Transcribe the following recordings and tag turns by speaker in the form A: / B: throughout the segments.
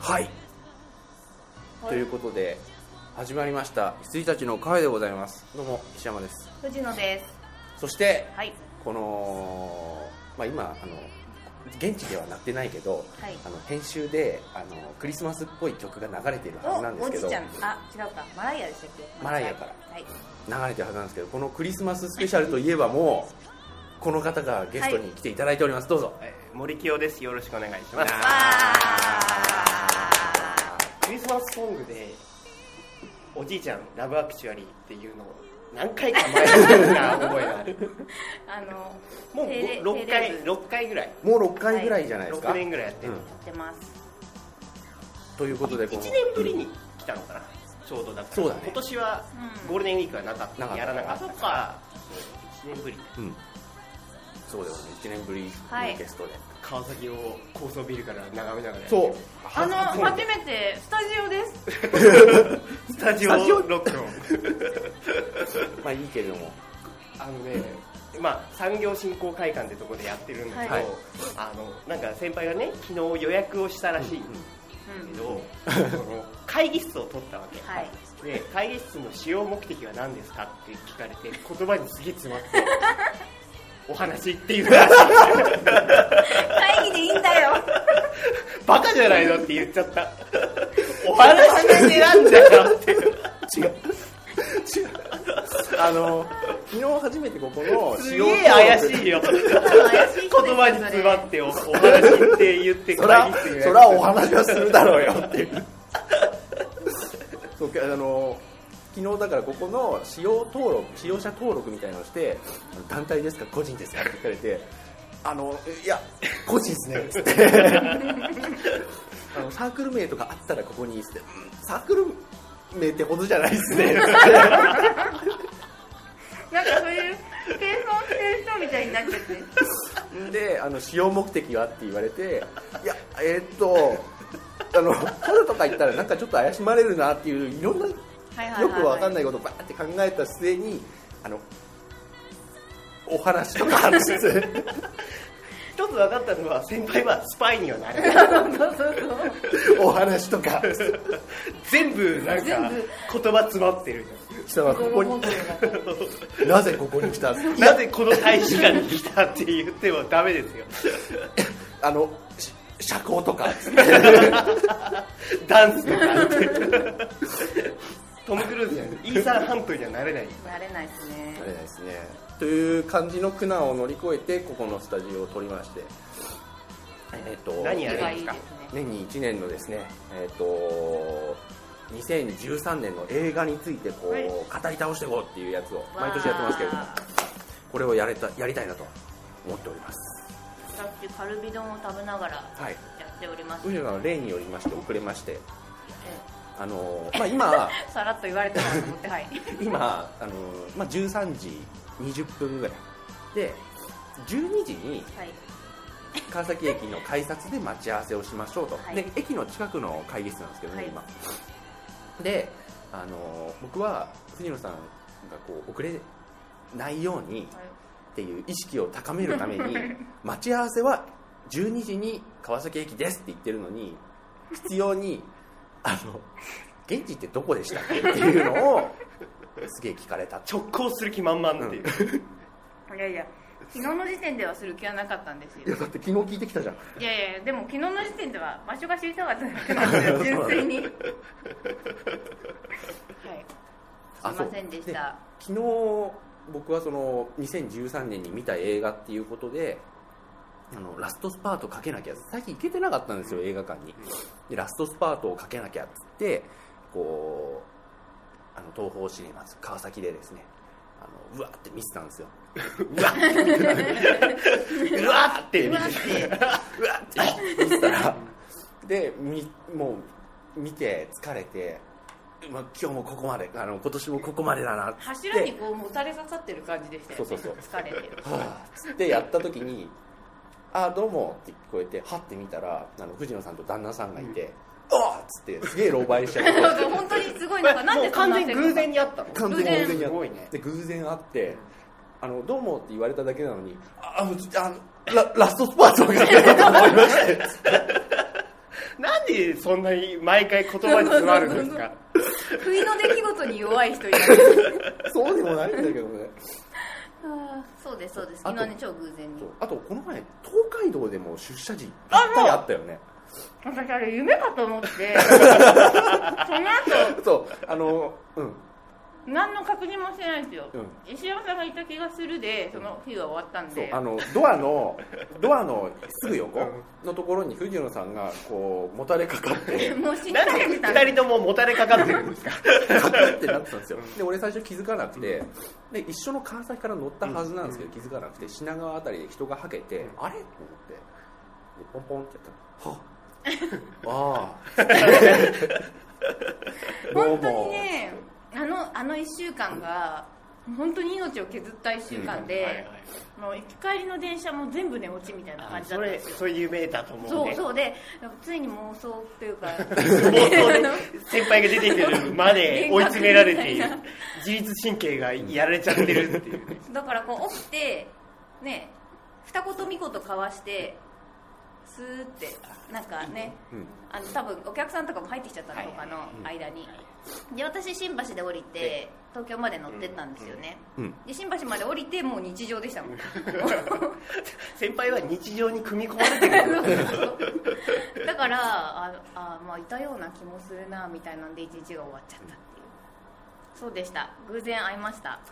A: はいということで始まりました羊たちの会でございますどうも石山です
B: 藤野です。
A: そして
B: はい。
A: この、まあ、今あの現地ではなってないけど、
B: はい
A: あの編集であのクリスマスっぽい曲が流れているはずなんで
B: お、
A: す
B: お
A: け
B: じ
A: ど
B: ち
A: 流
B: ゃん。あ、違うか。マライアでしたっけ。
A: マライアから
B: はい。
A: れてるはずなんですけどこのクリスマススペシャルといえばもうこの方がゲストに来ていただいております、どうぞ
C: はい森清ですよろしくお願いします
B: あ
C: クリスマスソングで「おじいちゃんラブアクチュアリー」っていうのを何回か前に聞いた覚えがあ る
B: ーあの、
C: もう
B: 定例
C: 6
B: 定例
C: 回
B: 部
C: 六回ぐらい
A: もう6回ぐらいじゃないですか、
C: 6年ぐらいやってる、
A: うん
B: やってます。
A: ということでこ
C: 1
A: の
C: 年ぶりに来たのかなちょうどだから
A: そうだね
C: 今年は
B: うん
C: ゴールデンウィークはなかった、
A: なかった
C: やらなかった
B: あそっ
C: か1年ぶり
A: うんそうですね1年ぶり
B: はい
A: のゲストで、
C: 川崎を高層ビルから眺めながら
A: そう
B: あの、
A: そう
B: 初めてスタジオ です。
C: スタジオ
A: スタジオ
C: ロックオン
A: まあいいけれども
C: あのね、まあ、産業振興会館ってとこでやってるんだけど、
A: はい
C: あのなんか先輩がね昨日予約をしたらしいんだ
B: うん
C: け。ど、その会議室を取ったわけ、
B: はい。
C: で会議室の使用目的は何ですかって聞かれて言葉にすげえ詰まってお話っていう話
B: 会議でいいんだ よ。
C: バカじゃないのって言っちゃったお話なんだよって
A: 違う違うあの昨日初めてここの
C: すげえ怪しいよ
B: 怪しい人です
C: 言葉に詰まっておお話って言って
A: そら
C: 会議室予約
A: そらお話はするだろうよっていう そうあの昨日だからここの使用登録使用者登録みたいなのをしてあの団体ですか個人ですかって聞かれてあのいや個人ですねっつって あのサークル名とかあったらここにっつってうんサークル名ってほどじゃないですね
B: なんかそういう、謙遜してる人みたいになっちゃって。
A: であの使用目的はって言われていやえーっとあの取るとか言ったらなんかちょっと怪しまれるなっていういろんな
B: はいはいはい。。
A: よくわかんないいことをバーって考えた末にあのお話とか 話しつ
C: 一つ分かったのは先輩はスパイにはなる
B: そうそうそう。
A: つお話とか
C: 全部なんか
B: 全
C: 言葉詰まってる
A: 貴様ここになぜここに来た
C: なぜこの大使館に来たって言ってもダメですよ
A: あのし社交とか
C: ダンスとかってトム・クルーズじゃないイーサン・ハントにはなれない
B: 慣れないですね。
A: あれですねという感じの苦難を乗り越えてここのスタジオを取りましてえっと
C: 何や
B: 気
C: る
B: がいいですね。
A: 年に1年のですね、えっと2013年の映画についてこう、
B: はい
A: 語り倒していこうっていうやつを
B: ー
A: 毎年やってますけれどもこれをやれたやりたいなと思っております
B: さっきカルビ丼を食べながら
A: はい
B: やっております。
A: 上野が例によりまして遅れまして
B: え
A: あ のーまあ今
B: えさらっと言われたなと思って、はい。
A: 今、あのーまあ、13時20分ぐらいで12時に
B: はい。
A: 川崎駅の改札で待ち合わせをしましょうと、
B: はい
A: で駅の近くの会議室なんですけどね、
B: はい
A: 今であの僕は藤野さんがこう遅れないようにっていう意識を高めるために待ち合わせは12時に川崎駅ですって言ってるのに必要にあの現地ってどこでしたっけっていうのをすげえ聞かれた
C: 直行する気満々っていう、
B: いやいや、昨日の時点ではする気はなかったんです
A: いや
B: よ。
A: だって昨日聞いてきたじゃん
B: いやいや、でも昨日の時点では場所が知りたかったんですよ、純 粋に。はい。すい
A: あそう
B: ませんでした。
A: 昨日僕はその2013年に見た映画っていうことであのラストスパートかけなきゃ最近行けてなかったんですよ映画館にでラストスパートをかけなきゃっつってこうあの東宝シネマズ川崎でですねあのうわーって見てたんですよ
C: うわっうわっって
B: うわって、
A: 見てたらでみもう見て疲れて、まあ、今日もここまであの今年もここまでだなっつって
B: 柱にこう、もたれかかってる感じでしたよ、ね。
A: そうそうそ
B: 疲れて。
A: はぁっつってやった時に「あどうも」って聞こえてはって見たらあの藤野さんと旦那さんがいて「おっ!」っつってすげえ狼狽しちゃっ
B: なんか 本当にすごい、なんか、なん
C: も
B: で
C: う
B: そん
C: 完
B: な
C: 全に偶然
B: に。
C: にあったの
A: て完
B: 偶然
A: 全に
C: すごいね
A: で偶然会って「あのどうも」って言われただけなのに「ああのちあのララストスパートが」って思いまして
C: なんでそんなに毎回言葉に詰まるんですか
B: 不意の出来事に弱い人 いる
A: そうでもないんだけどね
B: あーそうですそうです
A: あと
B: 昨日ね超偶然
A: そ
B: に
A: うあとこの前東海道でも出社時ぴったりあったよね
B: 私あれ夢か と思ってその後
A: そうあのうん
B: 何の確認もしてないんですよ、
A: う
B: 石山さんがいた気がするでその日は終わったん
A: そう
B: で
A: あのドアのドアのすぐ横
C: うん
A: のところに藤野さんがこうもたれかかって
B: もう死に
C: な
B: かけ
C: ん
B: て
C: で
B: たんです
C: 二人とももたれかかってるんですか
A: かかってなってたんですよで俺最初気づかなくてで一緒の川崎から乗ったはずなんですけど気づかなくて品川あたりで人がはけてあれと思ってでポンポンってやったら はっああ
B: 本当にねあのあの1週間が本当に命を削った1週間で、
C: はいはい
B: もう行き帰りの電車も全部寝落ちみたいな
C: あ
B: 感じだ
C: そ
B: ったんで
C: れ
B: すよ
C: そういう夢だと思う
B: そ
C: ね
B: うそうでついに妄想っていうか
C: 妄想
B: あの
C: で先輩が出てきてるまで追い詰められている自律神経がやられちゃってるっていうね
B: だからこう起きてね二言三言交わしてスーってなんかね
A: うん
B: あの多分お客さんとかも入ってきちゃったの他の間にで私新橋で降りて東京まで乗ってったんですよね
A: うん
B: で新橋まで降りてもう日常でし たもん
C: 先輩は日常に組み込まれてる
B: だからああまあいたような気もするなみたいなんで一日が終わっちゃったっていうそうでした偶然会いました
A: はい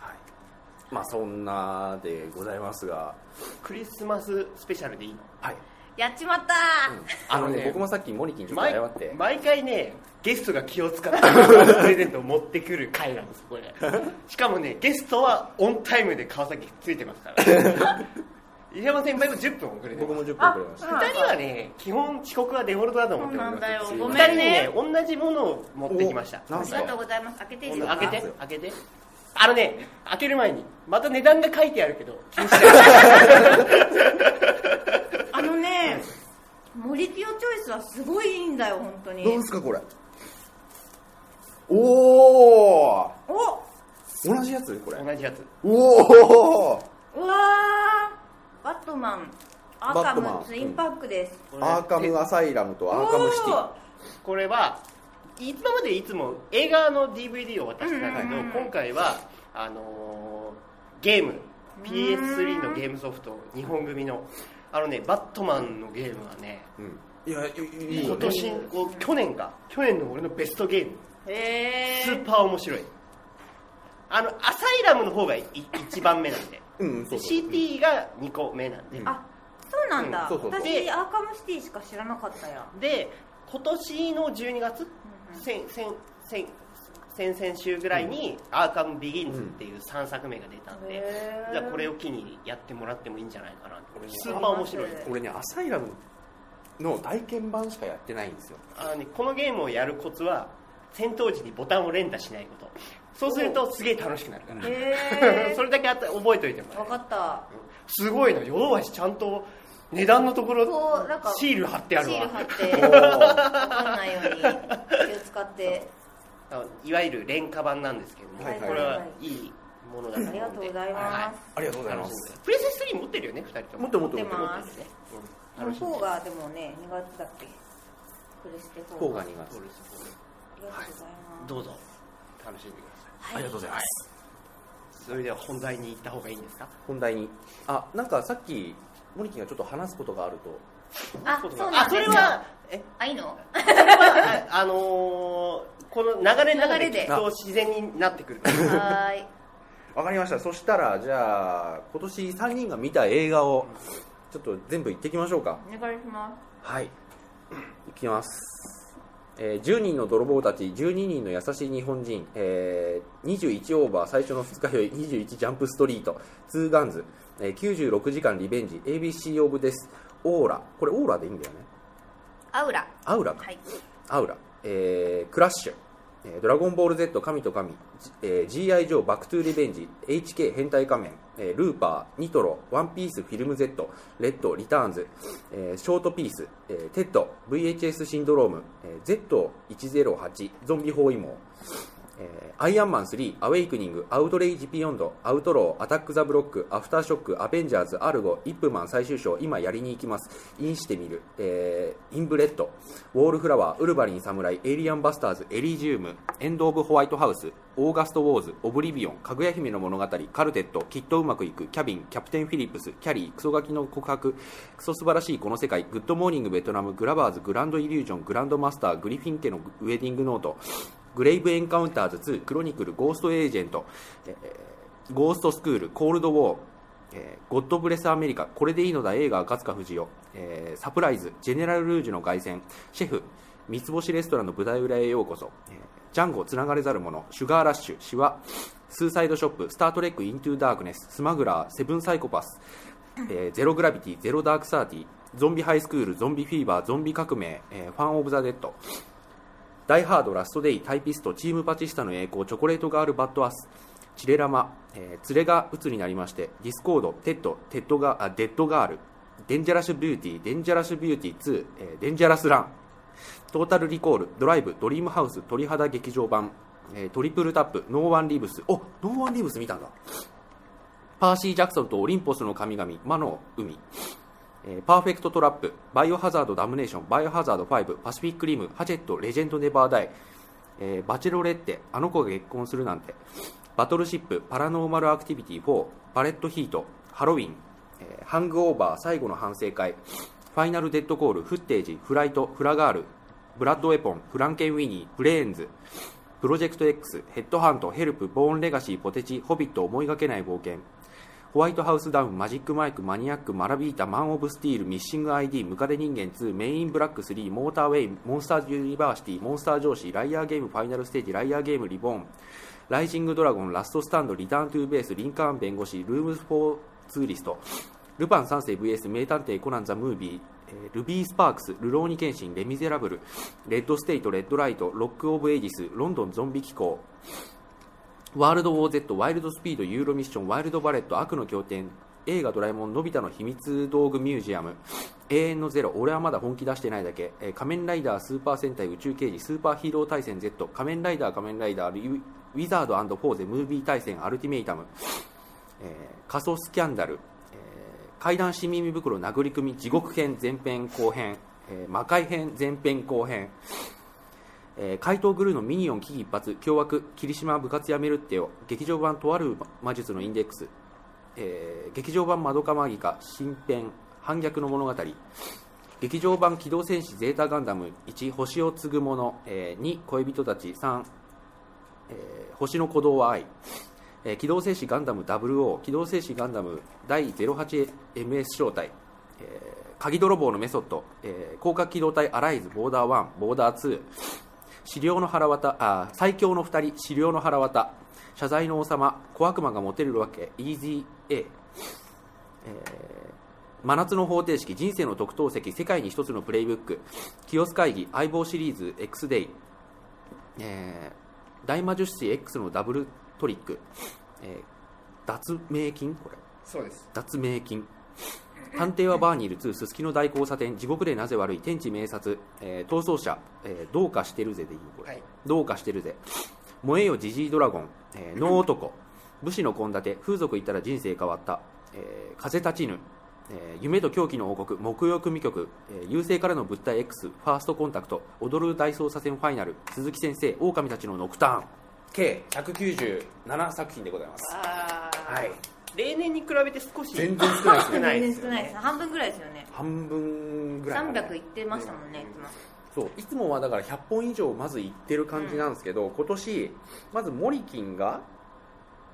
A: まあそんなでございますが
C: クリスマススペシャルでいいの
A: はい
B: やっちまった
A: あの
C: あの
A: ね
C: ね
A: 僕もさっきモニキにちょっと
C: 毎
A: 謝って
C: 毎回ねゲストが気を使ってプレゼントを持ってくる回なんです これしかもねゲストはオンタイムで川崎ついてますから 入山先輩も10分遅れて
A: 僕
C: ます
A: も10分くれました
B: あ
C: 2人はね基本遅刻はデフォルトだと
B: そ
C: 思っ
B: う
C: て
B: な
C: お
B: ん
C: ります
B: だよ
A: すいません
B: ごめん
C: 2人に
B: ね
C: ね同じものを持ってきました
A: おなん
B: あり
A: だ
B: がとうございます開けていいですか
C: 開け
A: なん
C: て
A: だ
C: 開けてあのね開ける前にまた値段が書いてあるけど気 にし
B: あのね、モリピオチョイスはすごいいいんだよ、本当に。
A: どうですかこれおお
B: お
A: 同じやつこれ
C: ない同じやつ
A: おお
B: うわー、バットマン、アーカ
A: バットマ
B: ム
A: ン
B: ツインパックです。
A: アーカムアサイラムとアーカムシティ
C: これは今までいつも映画の DVD を渡してたんだけど、
B: うんうんうん
C: 今回はあのーゲーム PS3 のゲームソフト2本組のあのねバットマンのゲームはね
A: うんいやいいいいよ
C: 今
A: ね
C: 年こう去年か去年の俺のベストゲーム
B: ーへ
C: スー
B: ー。
C: パー面白いあのアサイラムの方が1番目なんで
A: うんそうそう
C: CT が2個目なんで、
A: うん
B: あ、そうなんだ。
A: うんそうそうそう
B: 私、アーカムシティしか知らなかったや。
C: で今年の12月、
B: うんうん
C: 先先先先々週ぐらいに「アーカム・ビギンズ」っていう3作目が出たんで、
B: へー
C: じゃあこれを機にやってもらってもいいんじゃないかなってスーパー面白い
B: うん
A: 俺ねアサイラムの体験版しかやってないんですよ
C: あのねこのゲームをやるコツは戦闘時にボタンを連打しないことそうするとすげえ楽しくなるから、
B: へ
C: それだけあった覚えておいてもら
B: わ
C: え
B: かった。
C: すごいのヨドバシちゃんと値段のとこ
B: こ
C: ろ
B: うなんか
C: シール貼ってある
B: シール
C: わ
B: 貼
A: お
B: って、
A: ー
B: わかんないように気を使って。
C: あのいわゆる廉価版なんですけども、
A: はいはい
C: これはいいものだと思うん
B: あり
C: で
B: がとうございます
C: は
A: ありがとうござい
C: 楽
A: ま
C: しん
A: す
C: でプレステ3持ってるよね2人とも
A: もっともっと
B: 持
A: も
B: っ
A: ってと
B: ま
C: 持って
B: す
C: る。ね
B: こ
C: 楽
B: の
C: しん
B: 方
C: で
B: が、でもね、2月だっけ。クレステ
A: 方
B: 4
A: が
B: が。
A: 苦
C: そうですそうです
B: ありがとうございます。
C: どうぞ楽しんでくだ
A: ありがとうございます
C: さいそれでは本題に行った方がいいんですか
A: 本題にあなんかさっきモニキがちょっと話すことがあると
B: あ、
C: そう
B: そう
C: あ
B: なん
C: そ
B: で
C: れ
B: すよ。
C: はえ
B: あ、いいの
C: ああのー、この流れの
B: 流
C: 中で
B: れで
C: きっと自然になってくる
B: はーい。
A: わかりましたそしたらじゃあ今年3人が見た映画をちょっと全部言ってきましょうか
B: お願いしま
A: はいいきます、えー10人の泥棒たち12人の優しい日本人、えー21オーバー最初の二日酔い21ジャンプストリート2ガンズ、えー96時間リベンジ ABC オブですオーラこれオーラでいいんだよね
B: す。アウラ。
A: アウラか、
B: はい。
A: アウラ、えークラッシュ、えードラゴンボール Z 神と神、じえー GI ジョーバックトゥーリベンジ HK 変態仮面、えールーパーニトロワンピースフィルム Z レッドリターンズ、えーショートピース、えーテッド VHS シンドローム、えー Z108 ゾンビ包囲網、ええーアイアンマン3、アウェイクニング、アウトレイジ・ビヨンド、アウトロー、アタック・ザ・ブロック、アフターショック、アベンジャーズ、アルゴ、イップマン最終章、今やりに行きます、インしてみる、えーインブレッド、ウォールフラワー、ウルバリン・サムライ、エイリアン・バスターズ、エリジウム、エンド・オブ・ホワイトハウス、オーガスト・ウォーズ、オブリビオン、かぐや姫の物語、カルテット、きっとうまくいく、キャビン、キャプテン・フィリップス、キャリー、クソガキの告白、クソ素晴らしいこの世界、グッド・モーニング・ベトナム、グラバーズ、グランド・イリュージョン、グランド・マスター、グリフィン家のウェディング・ノート、グレイブ・エンカウンターズ2、クロニクル、ゴースト・エージェント、えーゴースト・スクール、コールド・ウォー、えーゴッド・ブレス・アメリカ、これでいいのだ、映画、勝塚不二夫、えーサプライズ、ジェネラル・ルージュの凱旋、シェフ、三つ星レストランの舞台裏へようこそ、えージャンゴ、つながれざる者、シュガー・ラッシュ、シワ、スーサイド・ショップ、スター・トレック・イントゥ・ダークネス、スマグラー、セブン・サイコパス、えーゼロ・グラビティ、ゼロ・ダーク・サーティ、ゾンビ・ハイスクール、ゾンビ・フィーバー、ゾンビ革命、えーファン・オブ・ザ・デッド、ダイハード、ラストデイ、タイピスト、チームパチスタの栄光、チョコレートガール、バッドアス、チレラマ、えー、連れが鬱になりまして、ディスコード、テッド、テッドガあデッドガール、デンジャラシュビューティー、デンジャラシュビューティー2、えーデンジャラスラン、トータルリコール、ドライブ、ドリームハウス、鳥肌劇場版、えートリプルタップ、ノーワンリーブス、おノーワンリーブス見たんだ。パーシー・ジャクソンとオリンポスの神々、魔の海、えーパーフェクト・トラップ、バイオハザード・ダムネーション、バイオハザード5、パシフィック・リム、ハチェット、レジェンド・ネバー・ダイ、えーバチェロレッテ、あの子が結婚するなんて、バトルシップ、パラノーマル・アクティビティ4、パレット・ヒート、ハロウィン、えーハング・オーバー、最後の反省会、ファイナル・デッド・コール、フッテージ、フライト、フラガール、ブラッド・ウェポン、フランケン・ウィニー、ブレーンズ、プロジェクト X、ヘッドハント、ヘルプ、ボーン・レガシー、ポテチ、ホビット、思いがけない冒険、ホワイトハウスダウン、マジックマイク、マニアック、マラビータ、マン・オブ・スティール、ミッシング ID、ムカデ人間2、メイン・ブラック3、モーターウェイ、モンスターズ・ユニバーシティ、モンスター上司、ライアーゲーム、ファイナルステージ、ライアーゲーム、リボーン、ライジング・ドラゴン、ラスト・スタンド、リターン・トゥ・ベース、リンカーン弁護士、ルーム・フォー・ツーリスト、ルパン三世 VS 名探偵コナン・ザ・ムービー、えールビー・スパークス、ルローニケンシン、レ・ミゼラブル、レッド・ステイト、レッド・ライト、ロック・オブ・エイジス、ロンドン・ゾンビ機構、ワールド・ウォー・ゼット、ワイルド・スピード、ユーロミッション、ワイルド・バレット、悪の経典、映画ドラえもん、のび太の秘密道具ミュージアム、永遠のゼロ、俺はまだ本気出してないだけ、えー仮面ライダー、スーパー戦隊、宇宙刑事、スーパーヒーロー対戦 Z、仮面ライダー、仮面ライダー、ウィウィザードフォーゼ、ムービー対戦、アルティメイタム、えー仮想スキャンダル、えー階段市民袋殴り組み地獄編前編後編、えー魔界編前編後編、えー怪盗グルーのミニオン危機一髪凶悪霧島部活やめるってよ劇場版とある魔術のインデックス、えー劇場版まどかマギカ新編反逆の物語劇場版機動戦士ゼータガンダム1星を継ぐ者、えー2恋人たち3、えー星の鼓動は愛えー機動戦士ガンダム00機動戦士ガンダム第 08MS 招待、えー鍵泥棒のメソッド、えー広角機動隊アライズボーダー1ボーダー2資料の腹渡あー最強の2人資料の腹渡謝罪の王様小悪魔がモテるわけ EZA、えー真夏の方程式人生の特等席世界に一つのプレイブック清須会議相棒シリーズ X デイえー大魔術師 X のダブルトリック、えー脱名金これ
C: そうです
A: 脱名金探偵はバーニール2すすきの大交差点地獄でなぜ悪い天地明察、えー逃走者、えーどうかしてるぜでいいこれ、
C: はい
A: どうかしてるぜ燃えよジジイドラゴン、えー、能男武士の献立風俗行ったら人生変わった、えー風立ちぬ、えー夢と狂気の王国木曜組曲、えー優勢からの物体 X ファーストコンタクト踊る大捜査線ファイナル鈴木先生狼たちのノクターン計197作品でございますはい
C: 例年に比べて少し
A: 全然少ないですね
C: 少ないで
B: 全
C: す
B: 然少
C: よ
B: ないです
C: ね
B: 半分ぐらいですよね
A: 半分ぐらいかな
B: 300いってましたもんねいつ
A: そ
B: も
A: ういつもはだから100本以上まずいってる感じなんですけど、今年まずモリキンが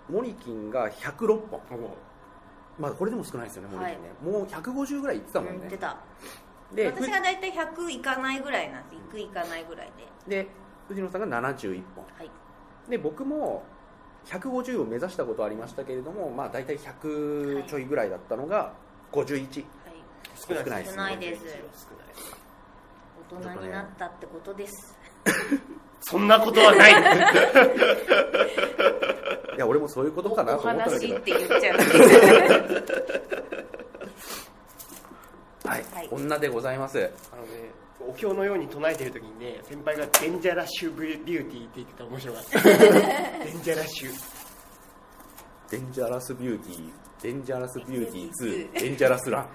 A: モリキンが106本まあこれでも少ないですよねモリキンね、もう150ぐらいいってたもん
B: 言って
A: ね
B: た
A: で
B: 私が大体100いかないぐらいなんです行くいかないぐらいで
A: ふで藤野さんが71本
B: はい
A: で僕も150を目指したことはありましたけれどもまあ大体100ちょいぐらいだったのが51
B: は
C: 少ないですね
B: 少ないです
C: 少ないです
B: い大人になったってことです
C: そんなことは ない
A: いや俺もそういうことかな
B: お
A: と思ったんだけ
B: 話
A: ど
B: っ、て言っちゃうんですけど
A: はい
B: はい
A: 女でございます
C: あのねお経のように唱えてる時にね先輩が「デンジャラッシュビューティー」って言ってたら面白かった デンジャラッシュ
A: デンジャラスビューティーデンジャラスビューティー2デンジャラスラ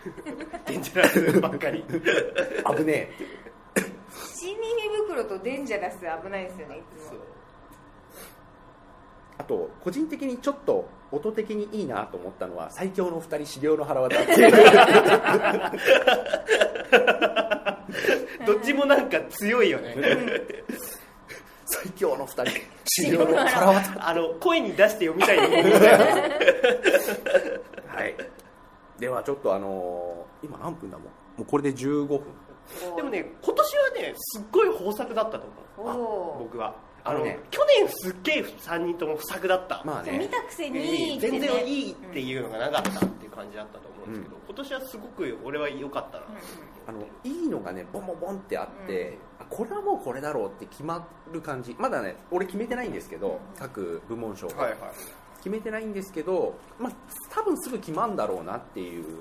C: デンジャラッシュばっか り
A: ン危ねえ
B: 新耳袋とデンジャラス危ないですよねいつも
A: あと個人的にちょっと音的にいいなと思ったのは最強の二人資料の腹渡っていう
C: どっちもなんか強いよね
A: 最強の二人資料の腹渡
C: あの声に出して読みたいと思 うんだよ
A: はいではちょっとあのー今何分だもんもうこれで15分
C: でもね今年はねすっごい豊作だったと
B: お
C: 思う
B: お
C: 僕はあの、
A: あのね
C: 去年すっげえ3人とも不作だった、
A: まあ
B: 見
A: ね
B: たくせにいいってね
C: 全然いいっていうのがなかったっていう感じだったと思うんですけど、今年はすごく俺は良かったな、
B: うんうん
A: あのいいのがねボンボンボンってあって、あこれはもうこれだろうって決まる感じまだね俺決めてないんですけど各部門賞が、
C: い
A: 決めてないんですけど、まあ、多分すぐ決まんだろうなっていう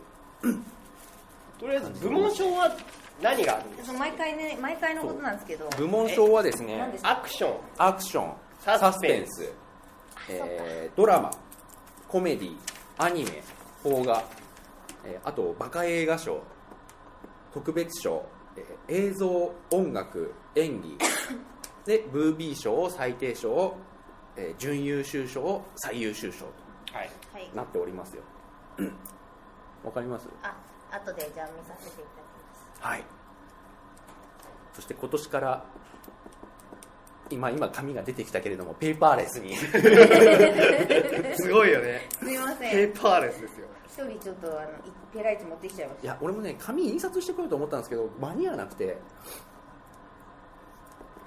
C: とりあえず部門賞は何があるんです
B: そう
C: か
B: 毎回ね毎回のことなんですけど
A: 部門賞はです
B: 何
A: ね
B: ですか
C: アクション
A: アクション
C: サ
A: サ
C: ス
A: ス
C: ペ
A: ペ
C: ン
A: ン
C: ス
A: ス、えードラマコメディアニメ邦画、えーあとバカ映画賞特別賞、えー映像音楽演 技でムービー賞最低賞、えー準優秀賞最優秀賞
C: はい
B: はい
A: となっておりますようんわかります
B: あ後でじゃあ見させていただきます
A: はいそして今年から今今紙が出てきたけれどもペーパーレスに
C: すごいよね
B: すみませ
C: ペ
B: ん
C: ーパーレスですよ
B: 一人ちょっとあのいペライチ持ってきちゃいまし
A: いや俺もね紙印刷してこようと思ったんですけど間に合わなくて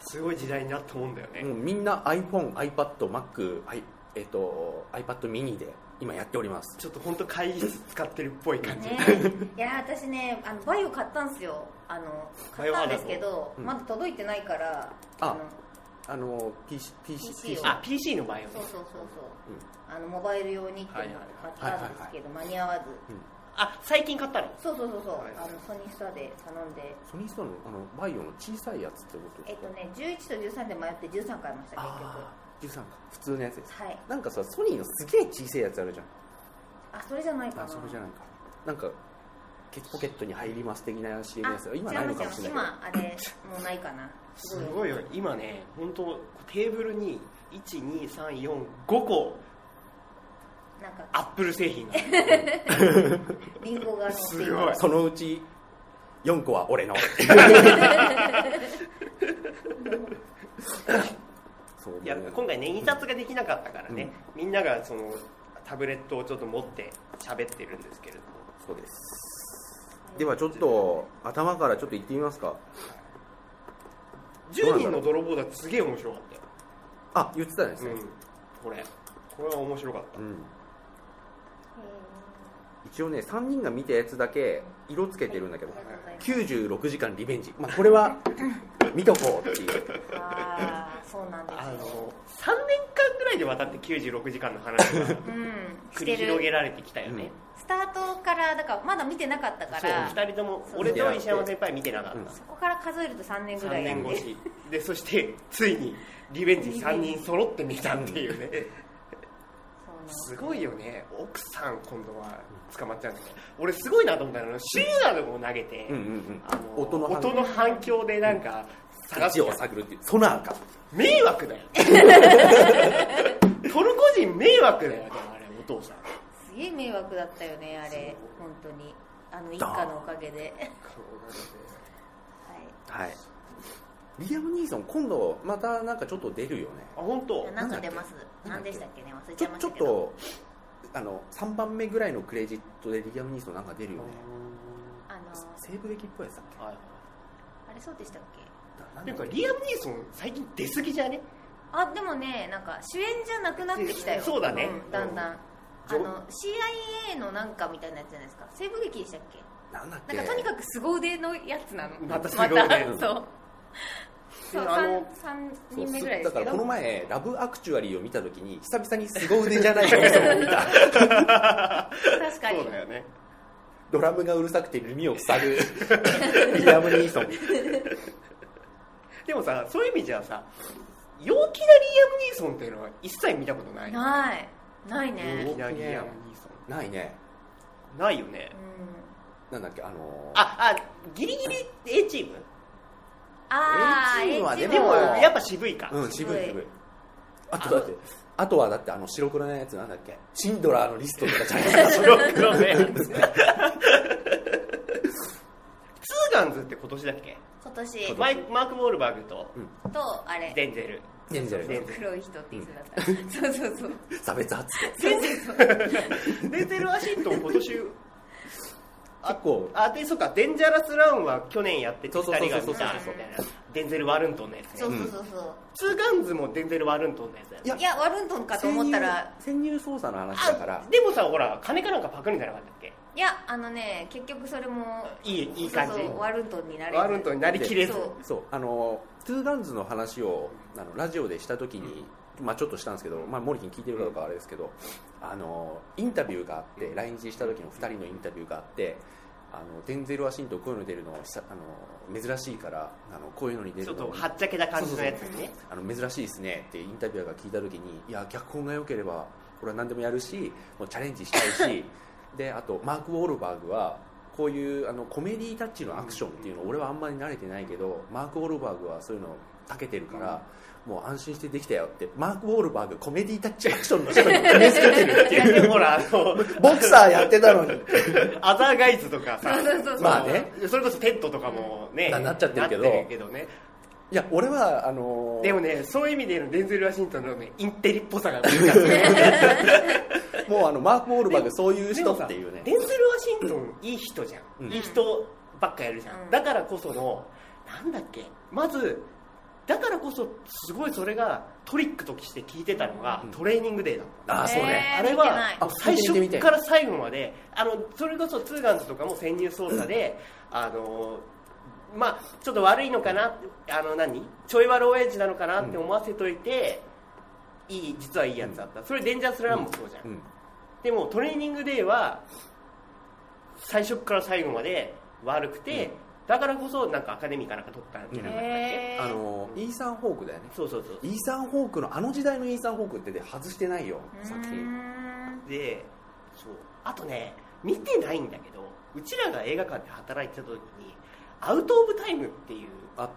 C: すごい時代になったもんだよね、
A: もうみんな iPhoneiPadMac、はいえっと iPad mini で今やっております
C: ちょっと本当会議室使ってるっぽい
B: た
C: 感じ、
B: ねいや私ねあのバイオ買ったんですよあの買ったんですけど
A: バイオハザードうん
B: まだ届いてないから
A: あ
B: の
A: あの PC,
B: PC を
C: あ PC の場合はね
B: そうそうそうそうあのモバイル用にっていうのを買ったんですけど間に合わず
C: あ最近買ったの
B: そうそうそうそう
C: はい
B: あのソニースタで頼んで
A: ソニーストーンのあのバイオの小さいやつってこと
B: えっとね11と13で迷って13買いました結局
A: ああ13か普通のやつです
B: はい
A: なんかさソニーのすげえ小さいやつあるじゃん
B: あそれじゃないかな
A: あそれじゃないかなんかケツポケットに入ります的な CM やつ
B: あ
A: 今ないのかもしれない
B: 違う違う今あれもうないかな
C: すごいよ今ね本当テーブルに12345個
B: なんか
C: アップル製品が
B: リンゴが乗ってい
C: すごい
A: けどそのうち4個は俺の そう
C: いや
A: もう
C: 今回ね印刷ができなかったからね、みんながそのタブレットをちょっと持って喋ってるんですけれども
A: そうですではちょっと頭からちょっと行ってみますか
C: 10人の泥棒だってすげえ面白かったよ、
A: あ言ってたんです
C: う
A: ね
C: ん、これこれは面白かった、
A: うん一応ね3人が見たやつだけ色つけてるんだけど
B: ありがとうございます
A: 96時間リベンジ、まあ、これ は見とこうっていう
B: あーそうなんです
C: あの3年
B: よ
C: 間ぐらいでわたって96時間の話が
B: うん し
C: 繰
B: て
C: り広げ
B: る
C: られてきたよね、
A: うん
B: スタートからだからまだ見てなかったか
C: そう
B: ら
C: 2人とも俺と石山先輩見てなかった、
A: うん
B: そこから数えると3年ぐら
C: 3
B: い
C: 年
B: ん
C: 越
B: で
C: しでそしてついにリベンジ3人揃って見たっていうね
B: そうなんです
C: すごいよね奥さん今度は捕まっちゃうんだけど俺すごいなと思ったのがシューナーを投げて、
A: うんうんうん
C: あの
A: 音の反響
C: 音の反響でなんか探す
A: 位置を探るっていうソナーか
C: 迷 惑だよトルコ人迷惑だよねあれお父さん
B: すげえ迷惑だったよねあれ本当にあの一家のおかげではい
A: はいリアム・ニーソン今度またなんかちょっと出るよね
C: あ本当
B: なんか出ます。何でしたっけね、忘れちゃいま
A: ち
B: し
A: ょ
B: た
A: っ
B: けど。
A: とあの3番目ぐらいのクレジットでリアム・ニーソンなんか出るよね
B: あのー、
A: 西部劇っぽいやつだっ
C: はい
B: あれそうでしたっけ。
A: けなん
C: て
A: だ
C: い
A: っ
C: う
A: け
C: かリアム・ニーソン最近出過ぎじゃね
B: あ、でもね、なんか主演じゃなくなってきたよ。
C: そうだね
B: んだんだん。
C: ジ
B: あ
C: ョ
B: の CIA のなんかみたいなやつじゃないですか西部劇でしたっけ
A: なんだっけ
B: なんかとにかく凄腕のやつなの
C: また凄腕
B: また そうそう
C: であの
B: 3, 人目ぐらいで
A: だ
B: す
A: か
B: け
A: ら
B: ど
A: この前ラブアクチュアリーを見た時に久々に凄腕じゃない人を見た
B: 確かに
C: そうだよね
A: ドラムがうるさくて耳を塞ぐ ウィリアム・ニーソン
C: でもさそういう意味じゃさ陽気なリアム・ニーソンっていうのは一切見たことない
B: ないない
C: 陽
B: ね
C: 気なリアム・ニーソ
A: ないね
C: ンないよね
B: う
A: な
B: ん
A: んだっけあのー
C: ああギリギリ A チーム
B: ああ
A: A チームはね
C: でも
A: うん
C: やっぱ渋いか、
A: うん渋い
B: 渋
A: 渋い
B: い
A: あとだってあとはだってあの白黒のやつなんだっけシンドラーのリストとかじゃ ないですか
C: ロックのねツーガンズって今年だっけ
B: 今年
C: マイマーク・ウォールバーグと
B: とあれ
C: デンゼル
A: デンゼル
C: デ
B: 黒い人って言いそうだったそうそうそう
A: 差別発言
B: 全然そう
C: デンゼル・ワシントン今年
A: 結構
C: あでそうかデンジャラス・ランは去年やってて
A: そ
C: 2
A: う
C: 人
A: そうそう
C: が見た
A: そう
C: みたいなデンゼル・ワルントンのやつ
B: そ
C: ね
B: うそうそうそう
C: ツーガンズもデンゼル・ワルントンのやつだよね
A: いや
B: いやワルントンかと思ったら
A: 潜入捜査の話だから
C: あでもさほら金かなんかパクリじゃなかったっけ
B: いやあのね結局それも
C: いいいい感じ
B: そうそうワルントンになれる
C: ワルントンになりきれず
B: そう
A: そうあのトゥーガンズの話をあのラジオでした時に、まあ、ちょっとしたんですけど、まあ、モリキン聞いてるかどうかはあれですけどあのインタビューがあって来日した時の2人のインタビューがあってあのデンゼル・ワシントンこういうの出るの久あの珍しいからあのこういうのに出
C: ちょ
A: る
C: っと
A: の
C: はっちゃけた感じのやつにね
A: あの珍しいですねってインタビュアーが聞いた時にいや脚本が良ければ俺は何でもやるしもうチャレンジしたいし であとマーク・ウォールバーグはこういうあのコメディタッチのアクションっていうの俺はあんまり慣れてないけどマーク・ウォールバーグはそういうの長けてるから、もう安心してできたよってマーク・ウォールバーグコメディタッチアクションの人に決めつけてるって
C: い
A: い
C: や
A: う
C: でもほらあの
A: ボクサーやってたの に
C: アザーガイズとか さ
B: そうそうそう
A: まあね
C: それこそテッドとかもね
A: ななっちゃってるけど
C: なってるけどね
A: いや俺はあのー
C: でもねそういう意味でのデンゼル・ワシントンのねインテリっぽさ が出てきたね
A: もうあのマーク・ウォールバーグそういう人っていうね
C: でもさデンゼル・ワシントンいい人じゃん、
A: うん
C: いい人ばっかやるじゃん、
B: うん
C: だからこそのなんだっけまずだからこそすごいそれがトリックとして聞いてたのが、
A: うん
C: トレーニングデーだった
A: ああそうね、
B: えー
C: あれ
B: 見てない
C: は最
A: あ聞いて
C: 初
A: みたい
C: から最後まであのそれこそツーガンズとかも潜入捜査で、あのまあちょっと悪いのかなあの何ちょい悪親父なのかなって思わせといて、いい実はいいやつだった、それデンジャースランもそうじゃ
A: う
C: ん
A: ん
C: でもトレーニングデーは最初から最後まで悪くて、だからこそなんかアカデミーかなんか取ったんじゃなかったっけ、
B: へー
A: あのーイーサン・ホークだよね
C: そうそうそう
A: イーサン・ホークのあの時代のイーサン・ホークってね外してないよ
B: うーん
A: 作品
C: でそうあとね見てないんだけどうちらが映画館で働いてた時に「アウト・オブ・タイム」っていう
A: あ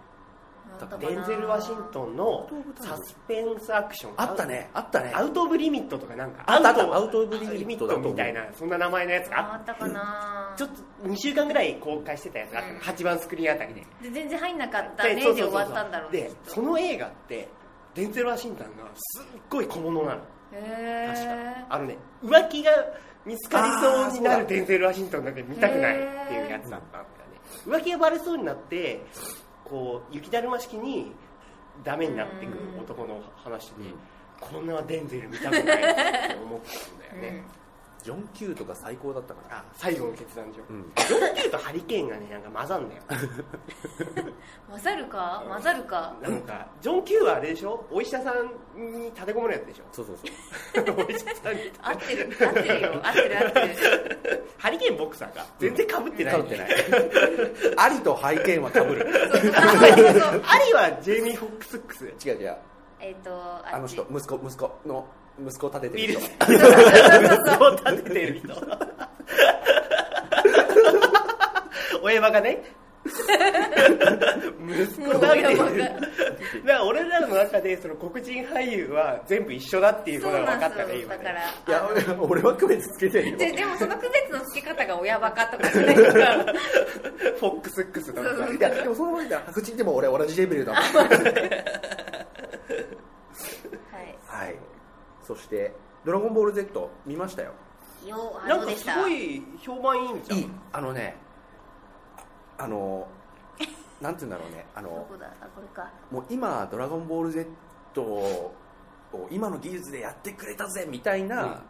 B: なんだったかな
C: デンゼル・ワシントンの
A: アウトオブタイム
C: サスペンスアクション
A: あったねあったね
C: アウト・オブ・リミットとかなんか
A: あった
C: アウト
A: あったアウトオブリミットだと思う
C: リミみたいなそんな名前のやつがあ
B: あ
C: っ
B: ったかな
C: ちょっと2週間ぐらい公開してたやつがあったの
B: うん
C: 8番スクリーンあたりで
B: で全然入んなかった
C: で
B: ね
C: そう
B: で
C: そ
B: 終
C: うそう
B: わ
C: そう
B: ったんだろうね
C: でその映画ってデンゼル・ワシントンがすっごい小物なの
B: へ
C: 確
B: え
C: かあのね浮気が見つかりそうになるデンゼル・ワシントンなんて見たくないっていうやつだったんだよね浮気がバレそうになってこう雪だるま式にダメになってく
B: うん
C: 男の話で
A: うん
C: こんなデンゼル見たくないって思ったんだよね、
A: ジョン・キューとか最高だったか
C: あ
A: ら
C: 最後の決断上、
A: うん
C: ジョン・キューとハリケーンがねなんか混ざんだよ
B: 混ざるか混ざるか
C: なんかジョン・キューはあれでしょお医者さんに立てこもるやつでしょ
A: そう そうそう
C: お医者さんに
B: 合って る合ってるよ合ってる合ってる
C: ハリケーンボクサーが全然かぶってない、
A: 被って ないありと背景はかぶる
B: そうそうそうそう
C: アリはジェイミー・フォックスックス
A: 違う違う
B: えっとあっち
A: あの人息子息子の息子を立てて
C: い
A: る
C: る
A: 人
C: そう立ててる人親バカね息子だけ
B: 親
C: だ
B: バ
C: か
B: カ
C: ら俺らの中でその黒人俳優は全部一緒だっていう
B: そ
C: こ
B: う
C: とが分か
B: な
C: った
B: んです
C: ね
B: よ
C: 今
B: だか
C: ね
B: ら
A: いや俺は区別つけてるよ
B: ででもその区別のつけ方が親バカとかじゃない から
C: フォックスックスとか
A: いやでもそのまま言ったら白人でも俺同じレベル だもん
B: は
A: はいそして「ドラゴンボール Z」見ましたよ
B: いよあ
C: なん
B: の
C: か
B: でし
C: す
B: た
C: ごい評判いいんじゃん
A: いいあのねあのなんて言うんだろうねあ
B: ど
A: の
B: こだあこれか
A: もう今「ドラゴンボール Z」を今の技術でやってくれたぜみたいな、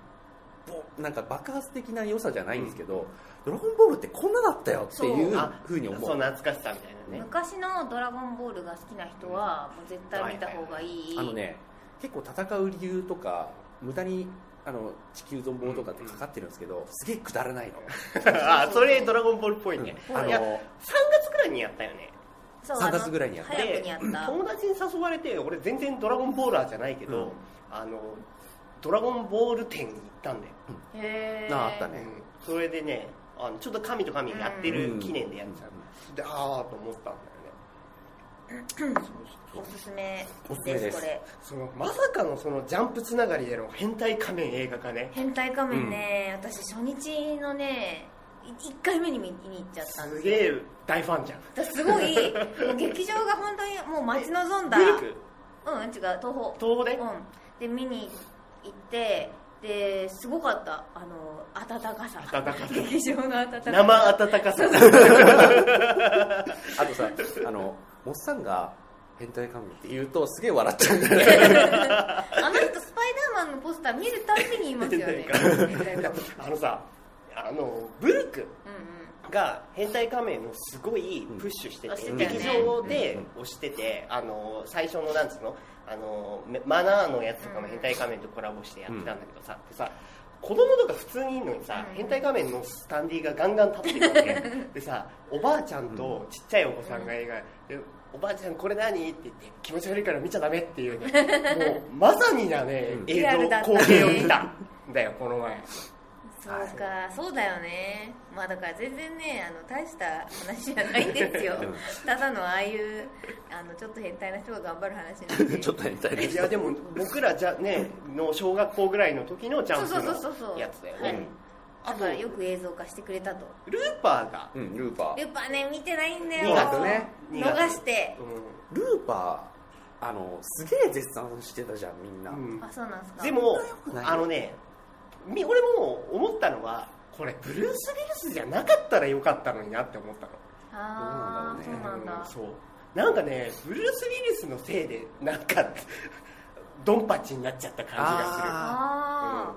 A: ぼなんか爆発的な良さじゃないんですけど「ドラゴンボール」ってこんなだったよっていう
B: そう
C: あ
A: ふうに思
C: そうう懐かしさみたいなね
B: 昔の「ドラゴンボール」が好きな人はもう絶対見た方がいい
A: あのね結構戦う理由とか無駄にあの地球存亡とかってかかってるんですけど、すげえくだらないの、
C: あそれドラゴンボールっぽ いね、
A: あ
C: いや3
A: の
C: 月くらいにやったよね
B: そう
A: 3月
B: あの
A: ぐらいにやった
B: 早くにやった
C: 友達に誘われて俺全然ドラゴンボーラーじゃないけど、
A: うん
C: あのドラゴンボール展に行ったんだよ、
B: へー
A: なああったね
C: それでねあのちょっと神と神がやってる記念でやっちゃう、でああと思ったんだよね
B: おすすめ
A: おすすめ
B: で
A: ですす
B: これ
C: そのまさかのそのジャンプつながりでの変態仮面映画化ね
B: 変態仮面ね、私初日のね1回目に見見に行っちゃったんですす
C: げえ大ファンじゃん
B: だからすごい もう劇場が本当にもう待ち望んだ
C: ミ
B: う
C: ル
B: ん違う
C: ク
B: 東宝
C: 東宝で、
B: うん、で見に行ってですごかったあの温かさ
C: 暖かさ
B: 劇場の温かさ
C: 生温かさ
A: あとさあのモッサンが変態仮面って言うとすげえ笑っちゃうんだよね
B: あの人スパイダーマンのポスター見るたびに言いますよ ね
C: 変態仮面あのさあのブルク
B: うんうん
C: が変態仮面をすごいプッシュして、
B: うん押しててたよ
C: 劇
B: ね
C: 場で押してて、あの最初のなんつうのあのめマナーのやつとかも変態仮面とコラボしてやってたんだけどさ,、でさ子供とか普通にいるのにさ、
B: うん
C: 変態仮面のスタンディがガンガン立ってるわけ でさおばあちゃんとちっちゃいお子さんが映画で「おばあちゃんこれ何?」って言って「気持ち悪いから見ちゃダメ」っ ていうねもうまさになね
A: うん
C: 映
B: リアルだった
C: 像光景を見たんだよこの前。
B: そうか、そうだよねまあだから全然ねあの大した話じゃないんですよただのああいうあのちょっと変態な人が頑張る話なん で
A: ちょっと変態で
C: い
A: す
C: やでも僕らじゃねの小学校ぐらいの時のジャンプ
B: そうそうそうそうそ
C: の
B: う
C: やつだよ
B: は
C: ね
B: いだからよく映像化してくれたと
C: ルーパーが、
A: うんルーパー
B: ルパね見てないんだよ
C: 二月
A: ね
C: 二月
B: 逃して
C: う
A: ルーパーあのすげえ絶賛してたじゃんみんな、
C: んうん
B: あそうなんすか
C: でも
A: くない
C: あのねみ俺も思ったのはこれブルース・ウィルスじゃなかったらよかったのになって思ったの
B: ああ
A: ど
B: そうう
A: な
B: なんだ
C: そうなんかねブルース・ウィルスのせいでなんか ドンパチになっちゃった感じが
B: ああ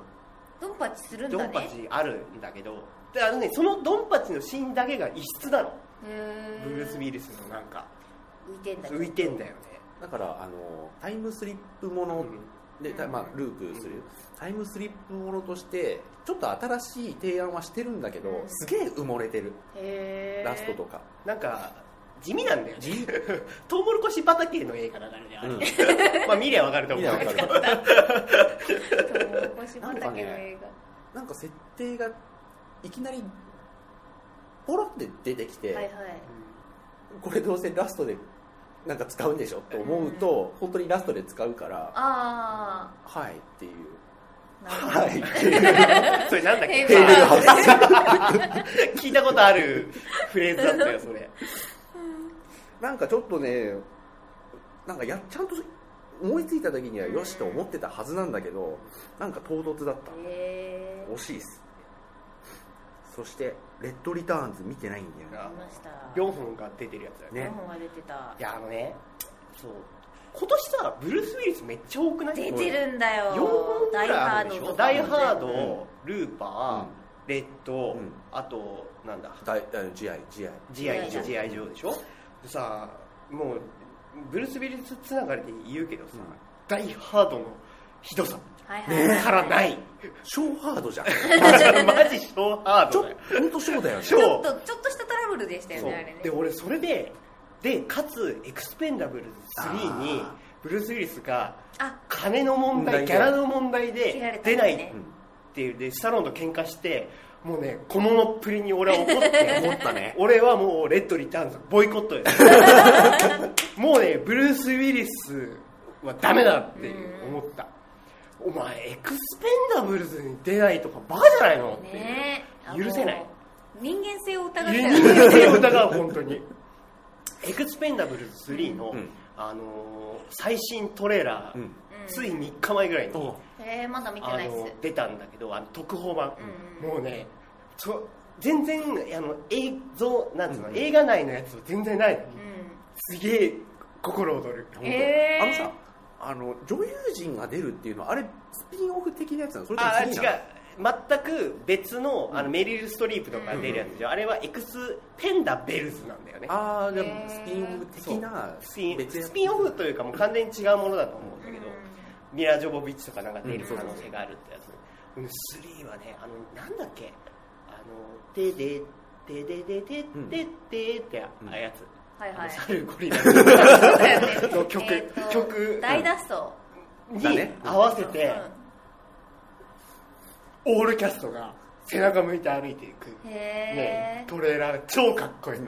B: ドンパチするん
C: するド
B: だ
C: ンパ
B: ね
C: チあるんだけどであのねそのドンパチのシーンだけが異質なの
B: へ
C: ブルース・ウ
B: ー
C: ィルスのなんか
B: 浮いてんだけど
C: 浮いてんだよね
A: だからあのタイムスリップもので、たまあ、ループする、タイムスリップものとしてちょっと新しい提案はしてるんだけど、
B: うん
A: すげえ埋もれてる
B: へえ
A: ラストとか、
C: なんか地味なんだよね
A: 地味
C: トウモロコシ畑の映画だからねあれ、
A: うん
C: まあ見りゃわかると
A: 見
C: 思
A: り
C: う
A: ゃ分かる
B: トウモロコシ畑の映
A: なんか設定がいきなりポロって出てきて、
B: 画はいはい
A: これどうせラストでなんか使うんでしょと思うと、本当にラストで使うから
B: あ
A: はいっていう
B: あなるほど
A: はいっていう
C: それなんだっけ
B: テーブルハウ
C: あ聞いたことあるフレーズだったよそれ
A: なんかちょっとねなんかやちゃんと思いついた時には
B: うん
A: よしと思ってたはずなんだけどなんか唐突だった
B: へえ
A: 惜しいっすそしてレッドリターンズ見てないんだよな
B: ありました
C: 4本が出てるやつだよね
A: ね
B: 4本が出てた
C: いやあのねそう今年さブルース・ウィルスめっちゃ多くない
B: 出てるんだよ
C: 4本ぐらいあるでしょダイハード
A: ダイハード
C: ルーパー、レッド、
A: うん
C: あとなんだ
A: 大あの GI GI
C: GI 上
B: GI
C: GI 上でしょでさもうブルース・ウィルスつながりで言うけどさ、
A: うん
C: ダイハードのひどさ
B: はいはいはい
C: からない
A: ショーハードじゃん
C: マジ マジショーハー
A: ちょ
C: ド
A: っ
C: だよ
A: と本当ショーだよね
B: ち
C: ョ
B: ょっとちょっとしたトラブルでしたよ
C: そう
B: ねあれね
C: で俺それででかつエクスペンダブルズ3に
A: あ
C: ブルース・ウィリスが
B: あ
C: 金の
A: 問
C: 問題
A: 題
C: ギ
A: で
C: ャラの問題
B: 切られ
C: で
B: たん
C: 出
B: だ
C: ない
B: ね
C: っていうでスタローンと喧嘩してもうね小物っぷりに俺は怒って
A: 思ったね
C: 俺はもうレッドリターンズボイコットです もうねブルース・ウィリスはダメだっていう思ったお前エクスペンダブルズに出ないとかバカじゃないのっていう、
B: ねえ
C: 許せない
B: 人間性を疑って
C: 人間性を疑う本当にエクスペンダブルズ3の、
A: うん
C: あのー最新トレーラー、
A: うん
C: つい3日前ぐらいに、
A: お
B: えー、まだ見て
C: あ
B: ないっす
C: の出たんだけどあの特報版、
B: うん
C: もうねそ全然あの映像なんつうの、
A: うん
C: 映画内のやつは全然ないのに、
B: う
C: すげえ心躍る
A: 本当
B: えー
A: あのさあの女優陣が出るっていうのはあれスピンオフ的なやつなのそれとも
C: ああ違
A: 次
C: う
A: なの
C: 全く別のあのメリル・ストリープとか出るやつじゃ、ん、あれはエクスペンダベルズなんだよね
A: ああじゃ
B: へ
A: あ
B: ー
A: スピンオフ的な
C: スピン
A: 別やつ
C: スピンオフというかもう完全に違うものだと思うんだけど、
B: ん
C: ミラ・ジョボビッチとかなんか出る可能性があるってやつ、うん、3はねあのなんだっけあのででででででででってあやつ、
B: はい
C: あ
B: は
C: の
B: い
C: サルゴリラの
B: の
C: 曲曲
B: 大脱走
C: に合わせて、オールキャストが背中向いて歩いていく、
B: うん
C: ね
B: へえ、
C: トレーラーが超かっこいいの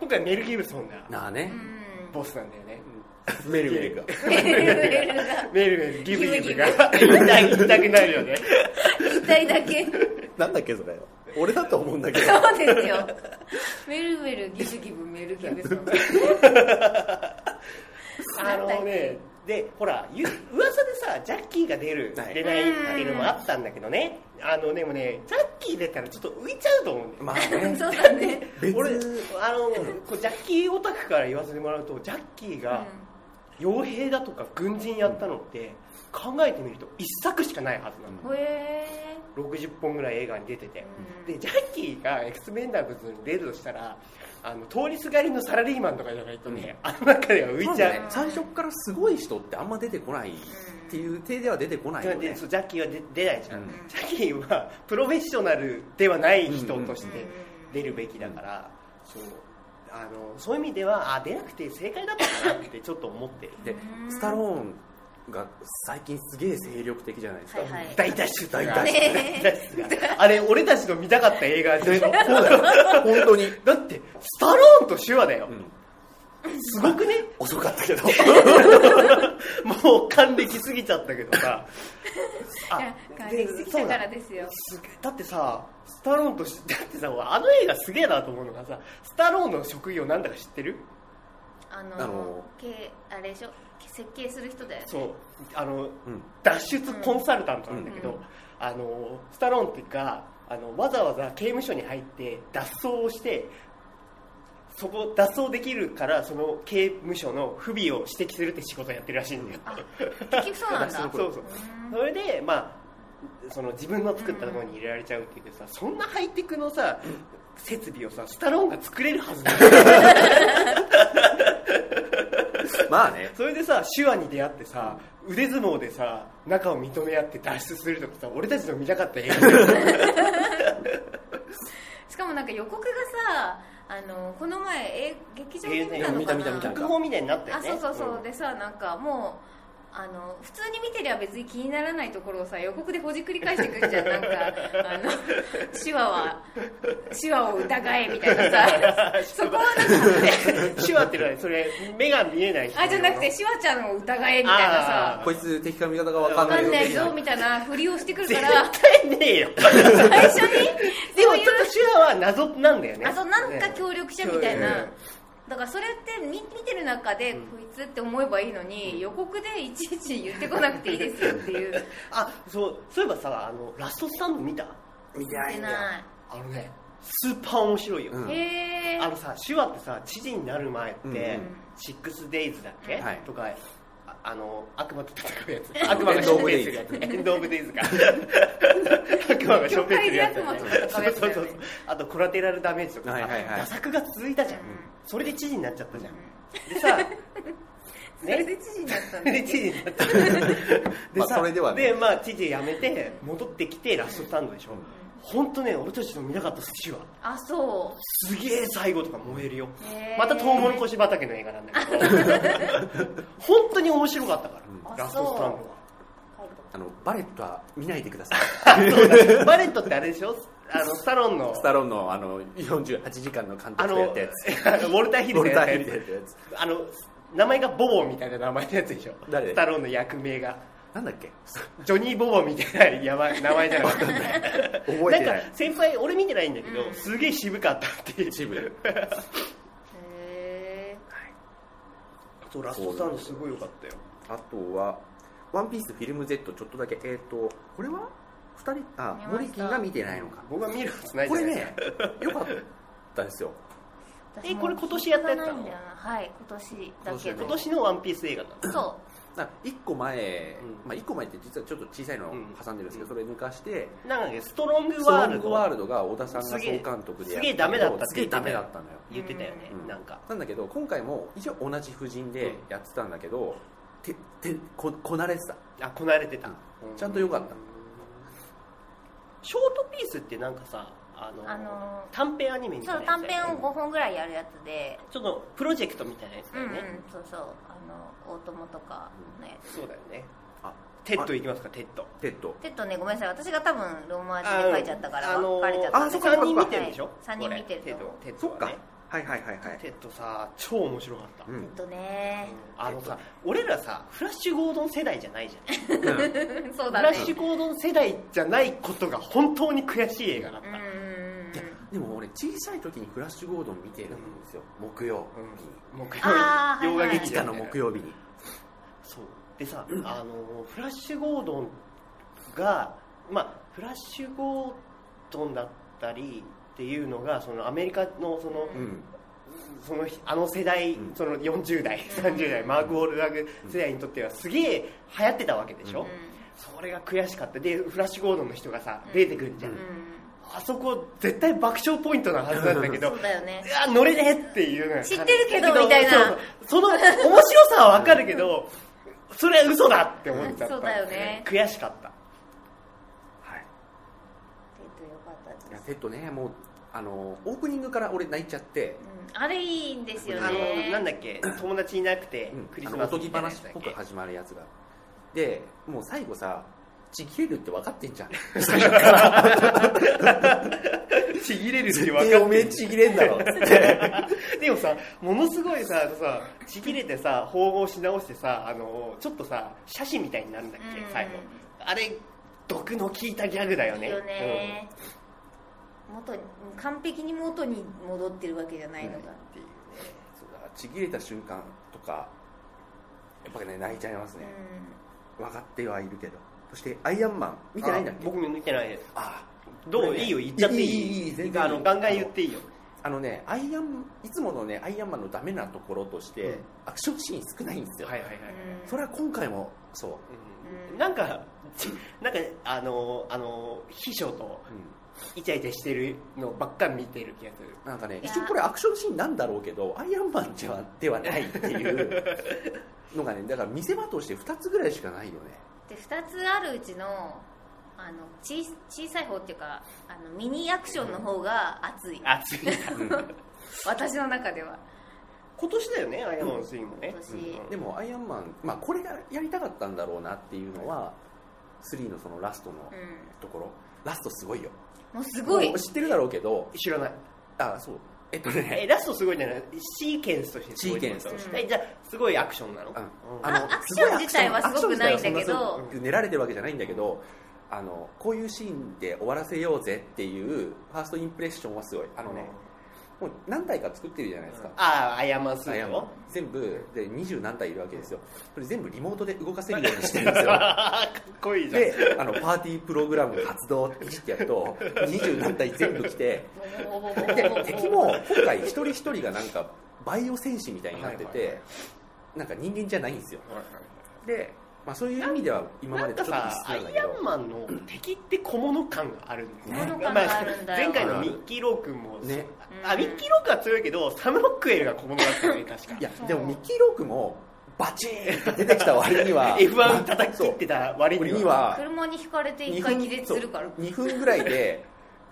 C: 今回メル・ギブソンが
A: なあね
B: う、
C: ボスなんだよね、
A: メルウェイが
B: ん
C: メルメルギブギブが
B: ギ
C: 痛く痛くなるよね
B: 一体だけ
A: なんだっけそれ俺だと思うんだ けど
B: そうですよメルメルギブギブメルギブソン
C: あのねでほらゆ噂でさジャッキーが出る、
A: はい
C: 出ないっていうのもあったんだけどねあのでもねジャッキー出たらちょっと浮いちゃうと思うんだよ、
A: まあね
B: そうだね
A: 別
C: 俺あのこうジャッキーオタクから言わせてもらうとジャッキーが傭兵だとか軍人やったのって考えてみると一作しかないはずなの、
B: うんへえ
C: 60本ぐらい映画に出てて、
B: うん
C: でジャッキーがエクスメンダーズに出るとしたらあの通りすがりのサラリーマンとかじゃないとね、あの中では浮いちゃ
A: そ
C: う、
A: うだね最初からすごい人ってあんま出てこないっていう手では出てこないよ
C: で
A: ね
C: そうジャッキーは出出ないじゃん、
A: うん
C: ジャッキーはプロフェッショナルではない人として出るべきだから、そうあのそういう意味ではあ出なくて正解だったかなってちょっと思ってる
A: でスタローンが最近すげえ精力的じゃないですか、
B: はいはい
C: 大脱出
A: 大脱出
C: 大脱出があれ俺たちの見たかった映画でしょ
A: そうだよ本当に、
C: だってスタローンと手話だよ、
A: うん、
C: すごくね
A: 遅かったけ ど
C: もう還暦すぎちゃったけどさ
B: いや還暦してきたからですよ
C: すげえだってさスタローンとし だってさ俺あの映画すげえなと思うのがさスタローンの職業なんだか知ってる
B: あの
A: あの
B: けあれでしょ設計する人だよね
C: そうあ
A: う
C: の
A: ん
C: 脱出コンサルタントなんだけど、
B: うん
C: あのスタローンっていうかあのわざわざ刑務所に入って脱走をしてそこ脱走できるからその刑務所の不備を指摘するって仕事やってるらしいんだよ
B: あ結局そうなんだ
C: そうそう
B: うん
C: それでまあその自分の作ったところに入れられちゃうっていうけどさそんなハイテクのさ設備をさスタローンが作れるはずだ よ
A: まあね
C: それでさ手話に出会ってさ腕相撲でさ仲を認め合って脱出するとかさ俺たちの見たかった映画だよ
B: しかもなんか予告がさあのこの前え劇場で見たのか
A: え
B: な、
A: ーね見た見た見た
C: 脚本みたいになったよ
B: あ
C: ね
B: そうそうそう、
C: ん
B: でさなんかもうあの普通に見てりゃ別に気にならないところをさ予告でほじくり返してくるじゃんなんかあの手話は手話を疑えみたいなさそこはなんか
C: 手話ってのはねそれ目が見えない人
B: あじゃなくて手話ちゃんを疑えみたいなさ
C: あ
A: こいつ敵か味方が分か
B: わ
A: んな
B: か
A: い
B: ん
A: よ
B: ないぞ
A: 的
B: みたいなふりをしてくる
C: 絶
B: から
C: 対ね えよ
B: 最初に
C: で
B: そ
C: も
B: う
C: ちょ
B: い
C: っ
B: う
C: と手話は謎なんだよね
B: あそうなんか協力者みたい
C: そう
B: な、
C: ね
B: だからそれって見見てる中で、こいつって思えばいいのに、予告でいちいち言ってこなくていいですよって いう
C: あそうそういえばさあのラストスタンド見た
A: 見て
B: 言ってな
C: あのねスーパー面白いよ、
A: うん
B: いへえ
C: あのさ手話ってさ知事になる前って、
A: うんうん
C: シックスデイズだっけ、
A: はい
C: とかああの悪魔と戦うやつ悪魔がショッするやつエンド・オブ・デイズか悪魔がショッするやつ、
B: 教会で悪魔と戦うやつだ
C: そう
B: よね
C: そうそうあとコラテラルダメージとかさ、
A: はいはいはい
C: 打作が続いたじゃん、
B: うん
C: それで知事になっちゃったじゃん、でさ
B: それで知事になったんだ
C: で、
B: ね
C: 知事になった。
A: まあそれではね
C: で、まあ、知事辞めて、戻ってきて、ラストスタンドでしょ。本当ね、俺たちの見なかった手話。
B: あそ
C: すげえ最後とか燃えるよ
B: う。へー
C: またトウモロコシ畑の映画なんだけど。 本当に面白かったから、
B: うん
C: ラストスタンドは。
A: あのバレットは見ないでください
C: バレットってあれでしょあの、スタローンの
A: ス、タローンのあの48時間の監
C: あ
A: 督
C: の、
A: が
C: ウ
A: やったやつ
C: ォルターヒル
A: ウォ
C: の
A: ル
C: や
A: タ
C: った
A: ーヒ
C: や
A: ルでやっ
C: つ。
A: たやつ
C: あの、名前がボボみたいな名前のやつでしょ
A: 誰
C: スタローンの役名が。
A: なんだっけ
C: ジョニー・ボボみたいなやばい名前じゃなかったんだよ
A: 覚えてない
C: んか先輩俺見てないんだけど、
B: うん
C: すげえ渋かったっていう
A: チーム
B: へ
C: そうラ
A: ストスタンドす
C: ごい良かったよ
A: あとは「ワンピースフィルム Z ちょっとだけえっ、とこれは2人あ
B: 見ました
A: モリキンが見てないのか
C: 僕は見るはずないじ
A: こ
C: ゃ
A: れ
C: ないです
A: ね
C: か
A: よかったですよ
B: え
C: えこれ今年やったやつなの
B: はい今年だけど
C: 今年のワンピース映画だ
B: そ
A: 1個前、
C: うん
A: まあ、1個前って実はちょっと小さいのを挟んでるんですけど、それ抜かして
C: なんかねストロング
A: 「ソ
C: ワ
A: ロ
C: ー
A: ン
C: ル
A: グ
C: ド
A: ワールド」が小田さん
C: す
A: が総
C: げえ
A: 監督です
C: げえダメだったっ
A: す
C: て
A: げえ
C: 言っ
A: ダメ
C: てたよ
A: だったのよ
C: 言ってたよね、
A: うん
C: なんか
A: なんだけど今回も一応同じ布陣でやってたんだけど、ててここなれてた
C: あこなれてた、
A: ちゃんとよかった
C: ショートピースってなんかさあの、
B: あのー
C: 短編アニメみた
B: そ
C: いうなやつ
B: 短
C: だよね
B: 編を5本ぐらいやるやつで、
C: ちょっとプロジェクトみたいなやつ
B: う
C: だ
B: んう
C: よ
B: ん
C: ね、
B: そうそうあの大友とかのやつ
C: そうだよね
A: あ
C: テッドいきますかテッド
A: テッド
B: テッドねごめんなさい私が多分ローマ字で書いちゃったから
C: あのー
B: バレちゃった
A: あそっか
C: 3人見てるでしょ、
B: はい三人見てる
C: テッド
B: と
C: テッ
A: そ
C: ド
A: っ
C: は
A: か
C: ね
A: はいはいはいはい
C: テッドさ超面白かった、
A: うん
B: テッドね
C: あのさ俺らさフラッシュゴードン世代じゃないじゃん、
B: そう
C: フ
B: だ
C: ラッ
B: ね
C: シュゴードン世代じゃないことが本当に悔しい映画だっ
B: う
C: た、
B: んうんうん
A: でも俺小さい時にフラッシュゴードン見てるんですよ木曜
C: うん木
B: あー
C: 曜洋
B: は
C: 画
B: いはい
C: 劇
A: 日
C: 場
A: た
C: の
A: の木曜日に
C: そうでさ、あのフラッシュゴードンがまあフラッシュゴードンだったりっていうのがそのアメリカのその、
B: う
A: うん
C: そのあの世代、
A: うん
C: その40代30代マーク・ウォールダーグ世代にとってはすげえ流行ってたわけでしょ、
A: うん
C: それが悔しかったでフラッシュゴードンの人がさ
B: うん
C: 出てくるじゃん、
B: うん
C: あそこ絶対爆笑ポイントなはずなんだけど
B: そうだよね
C: うわ乗れねえっていうのが
B: 知ってるけどみたいな
C: そうそうその面白さはわかるけどそれは嘘だって思っちゃった
B: そうだよね
C: 悔しかった
A: はい
B: テッドよかったです
A: いやテッドねもうあのオープニングから俺泣いちゃって
B: うんあれいいんですよ
C: あのなん
B: ね
C: だっけ友達いなくて
A: うん
C: クリ
A: あ
C: ス
A: の
C: マ
A: お
C: ス
A: と
C: み
A: ぎ
C: たいなや
A: 話
C: つ
A: っ
C: だっ
A: ぽ
C: け
A: く始まるやつがでもう最後さちぎれるって分かってんじゃ ん
C: ちぎれるって
A: 絶対おめえちぎれんだ ろ
C: でもさものすごいさあのさちぎれてさ縫合し直してさあのちょっとさ写真みたいになるんだっけ、
B: うん
C: 最後あれ毒の効いたギャグだよ
B: いい
C: ね
B: よね元に完璧に元に戻ってるわけじゃないのが
A: っていうねそうだからちぎれた瞬間とかやっぱりね泣いちゃいます
B: う
A: ね、
B: ん
A: 分かってはいるけどそしてアイアンマン見てないんだっ
C: あ
A: け
C: 僕も見てないです
A: あ
C: どう、
A: これね
C: いいよ言っちゃってい
A: いい
C: い
A: いいいい全然いい
C: あのガンガン言っていいよ
A: あのねアイアンいつものねアイアンマンのダメなところとして、
C: うん
A: アクションシーン少ないんですよ、
C: はいはいはい、
A: それは今回もそう、
C: うん
B: うん
C: なんか ちなんかあのあの秘書と
A: う
C: イチャイチャしてるのばっか見てる気がする
A: ん、なんかね
B: いや
A: 一応これアクションシーンなんだろうけどアイアンマンではではないって いうのがねだから見せ場として2つぐらいしかないよね
B: で2つあるうちのあの小小さい方っていうかあのミニアクションの方が熱い
C: 熱 いな
B: 私の中では
C: 今年だよねアイアンマンのシーンもね
B: 今年、
A: でもアイアンマン、まあ、これがやりたかったんだろうなっていうのは3のそのラストの
B: うん
A: ところラストすごいよ
B: もうすごい
A: もう知ってるだろうけど
C: 知らない
A: あそうえっと
C: え
A: ね
C: ラストすごいんじゃないシーケンスとしてすごいってこと
A: シーケ
B: ンスとして
C: えじゃあすごいアクションなの、
A: うん
C: うん
A: あの
B: あアクション
A: ごい
B: 自体はすごくないんだ
A: アクショ
B: けど
A: ン自体はそんなすごく練られてるわけじゃないんだけどあのこういうシーンで終わらせようぜっていうファーストインプレッションはすごいあのね、もう何体か作ってるじゃないですか、
C: ああアイアンマンスーツを
A: 全部で二十何体いるわけですよそれ全部リモートで動かせるようにしてるんですよ
C: かっこいいじゃん
A: であのパーティープログラム発動っていじってやると二十何体全部来て
B: ボボボボボボ
A: で敵も今回一人一人がなんかバイオ戦士みたいになって
C: はいはいは
A: てなんか人間じゃないんですよで、まあ、そういう意味では今ま
C: な
A: で
C: ん
A: と
C: か
A: ちょっと一
C: さア
A: 緒
C: イ
A: なんだけ
C: ア
A: ど
C: ンマンの敵って小物感があるんだよね
B: 小物感があるんだよ
C: 前回のミッキー・ロー君も
A: ね
C: あミッキー・ロー君は強いけどサム・ロックエルが小物だったよね確か
A: いやでもミッキー・ロークもバチーンって出てきた割に は
C: F1 叩き切ってた割
A: 割
C: に
A: に
C: は
A: は
B: 車にひかれて一
A: 2
B: 回
A: 分
B: 気絶するから
A: 2分ぐらいで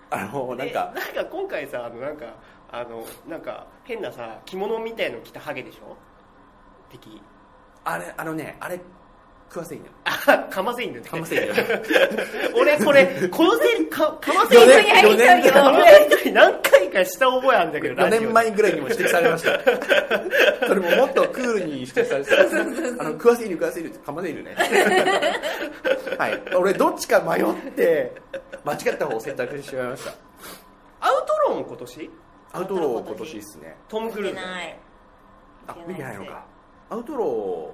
A: あのなん
C: で
A: か
C: なんか今回さあのなんかあのなんか変なさ着物みたいの着たハゲでしょ敵
A: あれあのねあれ食わせんよ
C: あ かませ犬ね
A: かませんよ
C: 俺これこのせりかかませ
B: 四
C: 犬
B: 年
C: に入っちゃうよこのやりとり何回かした覚えあるんだけど
A: 4
C: ラジオで
A: 年前ぐらいにも指摘されました それももっとクールに指摘されてたあの食わせ犬食わせ犬ってかませ犬ね はい俺どっちか迷って間違った方を選択してしまいました
C: アウトローも今年
A: アウトロー今年ですね
C: トム・クルー
B: 見て
C: ズ
B: ない
A: あ見てないのかアウトロ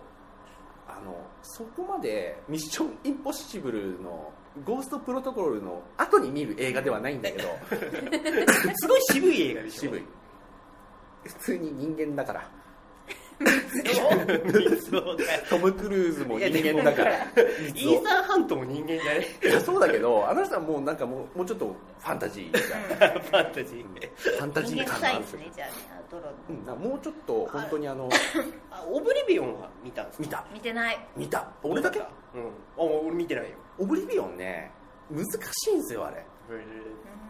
A: ーあのそこまでミッションインポッシブルのゴーストプロトコルの後に見る映画ではないんだけ ど
C: すごい渋い映画でしょ
A: 渋い普通に人間だから
C: そうだよ
A: トム・クルーズも
C: い
A: 人
C: やでも
A: 間だから
C: イ
A: いつを
C: ーサン・ハントも人間だね
A: いやそうだけどあの人はもうなんかもうもうちょっとファンタジーじゃん
C: ファンタジー
A: ファンタジ
B: 人
A: ー
B: 間
A: 感
B: 臭
A: があ
B: い
A: るんで
B: で
A: すすよ
B: ね、じゃあね、アウトロー
A: うん、なんかもうちょっと本当にあの
C: あオブリビオンは見たんですか
A: 見た
B: 見てない。
A: 見た俺だけ
C: うんあ俺見てないよ
A: オブリビオンね難しいんですよあれ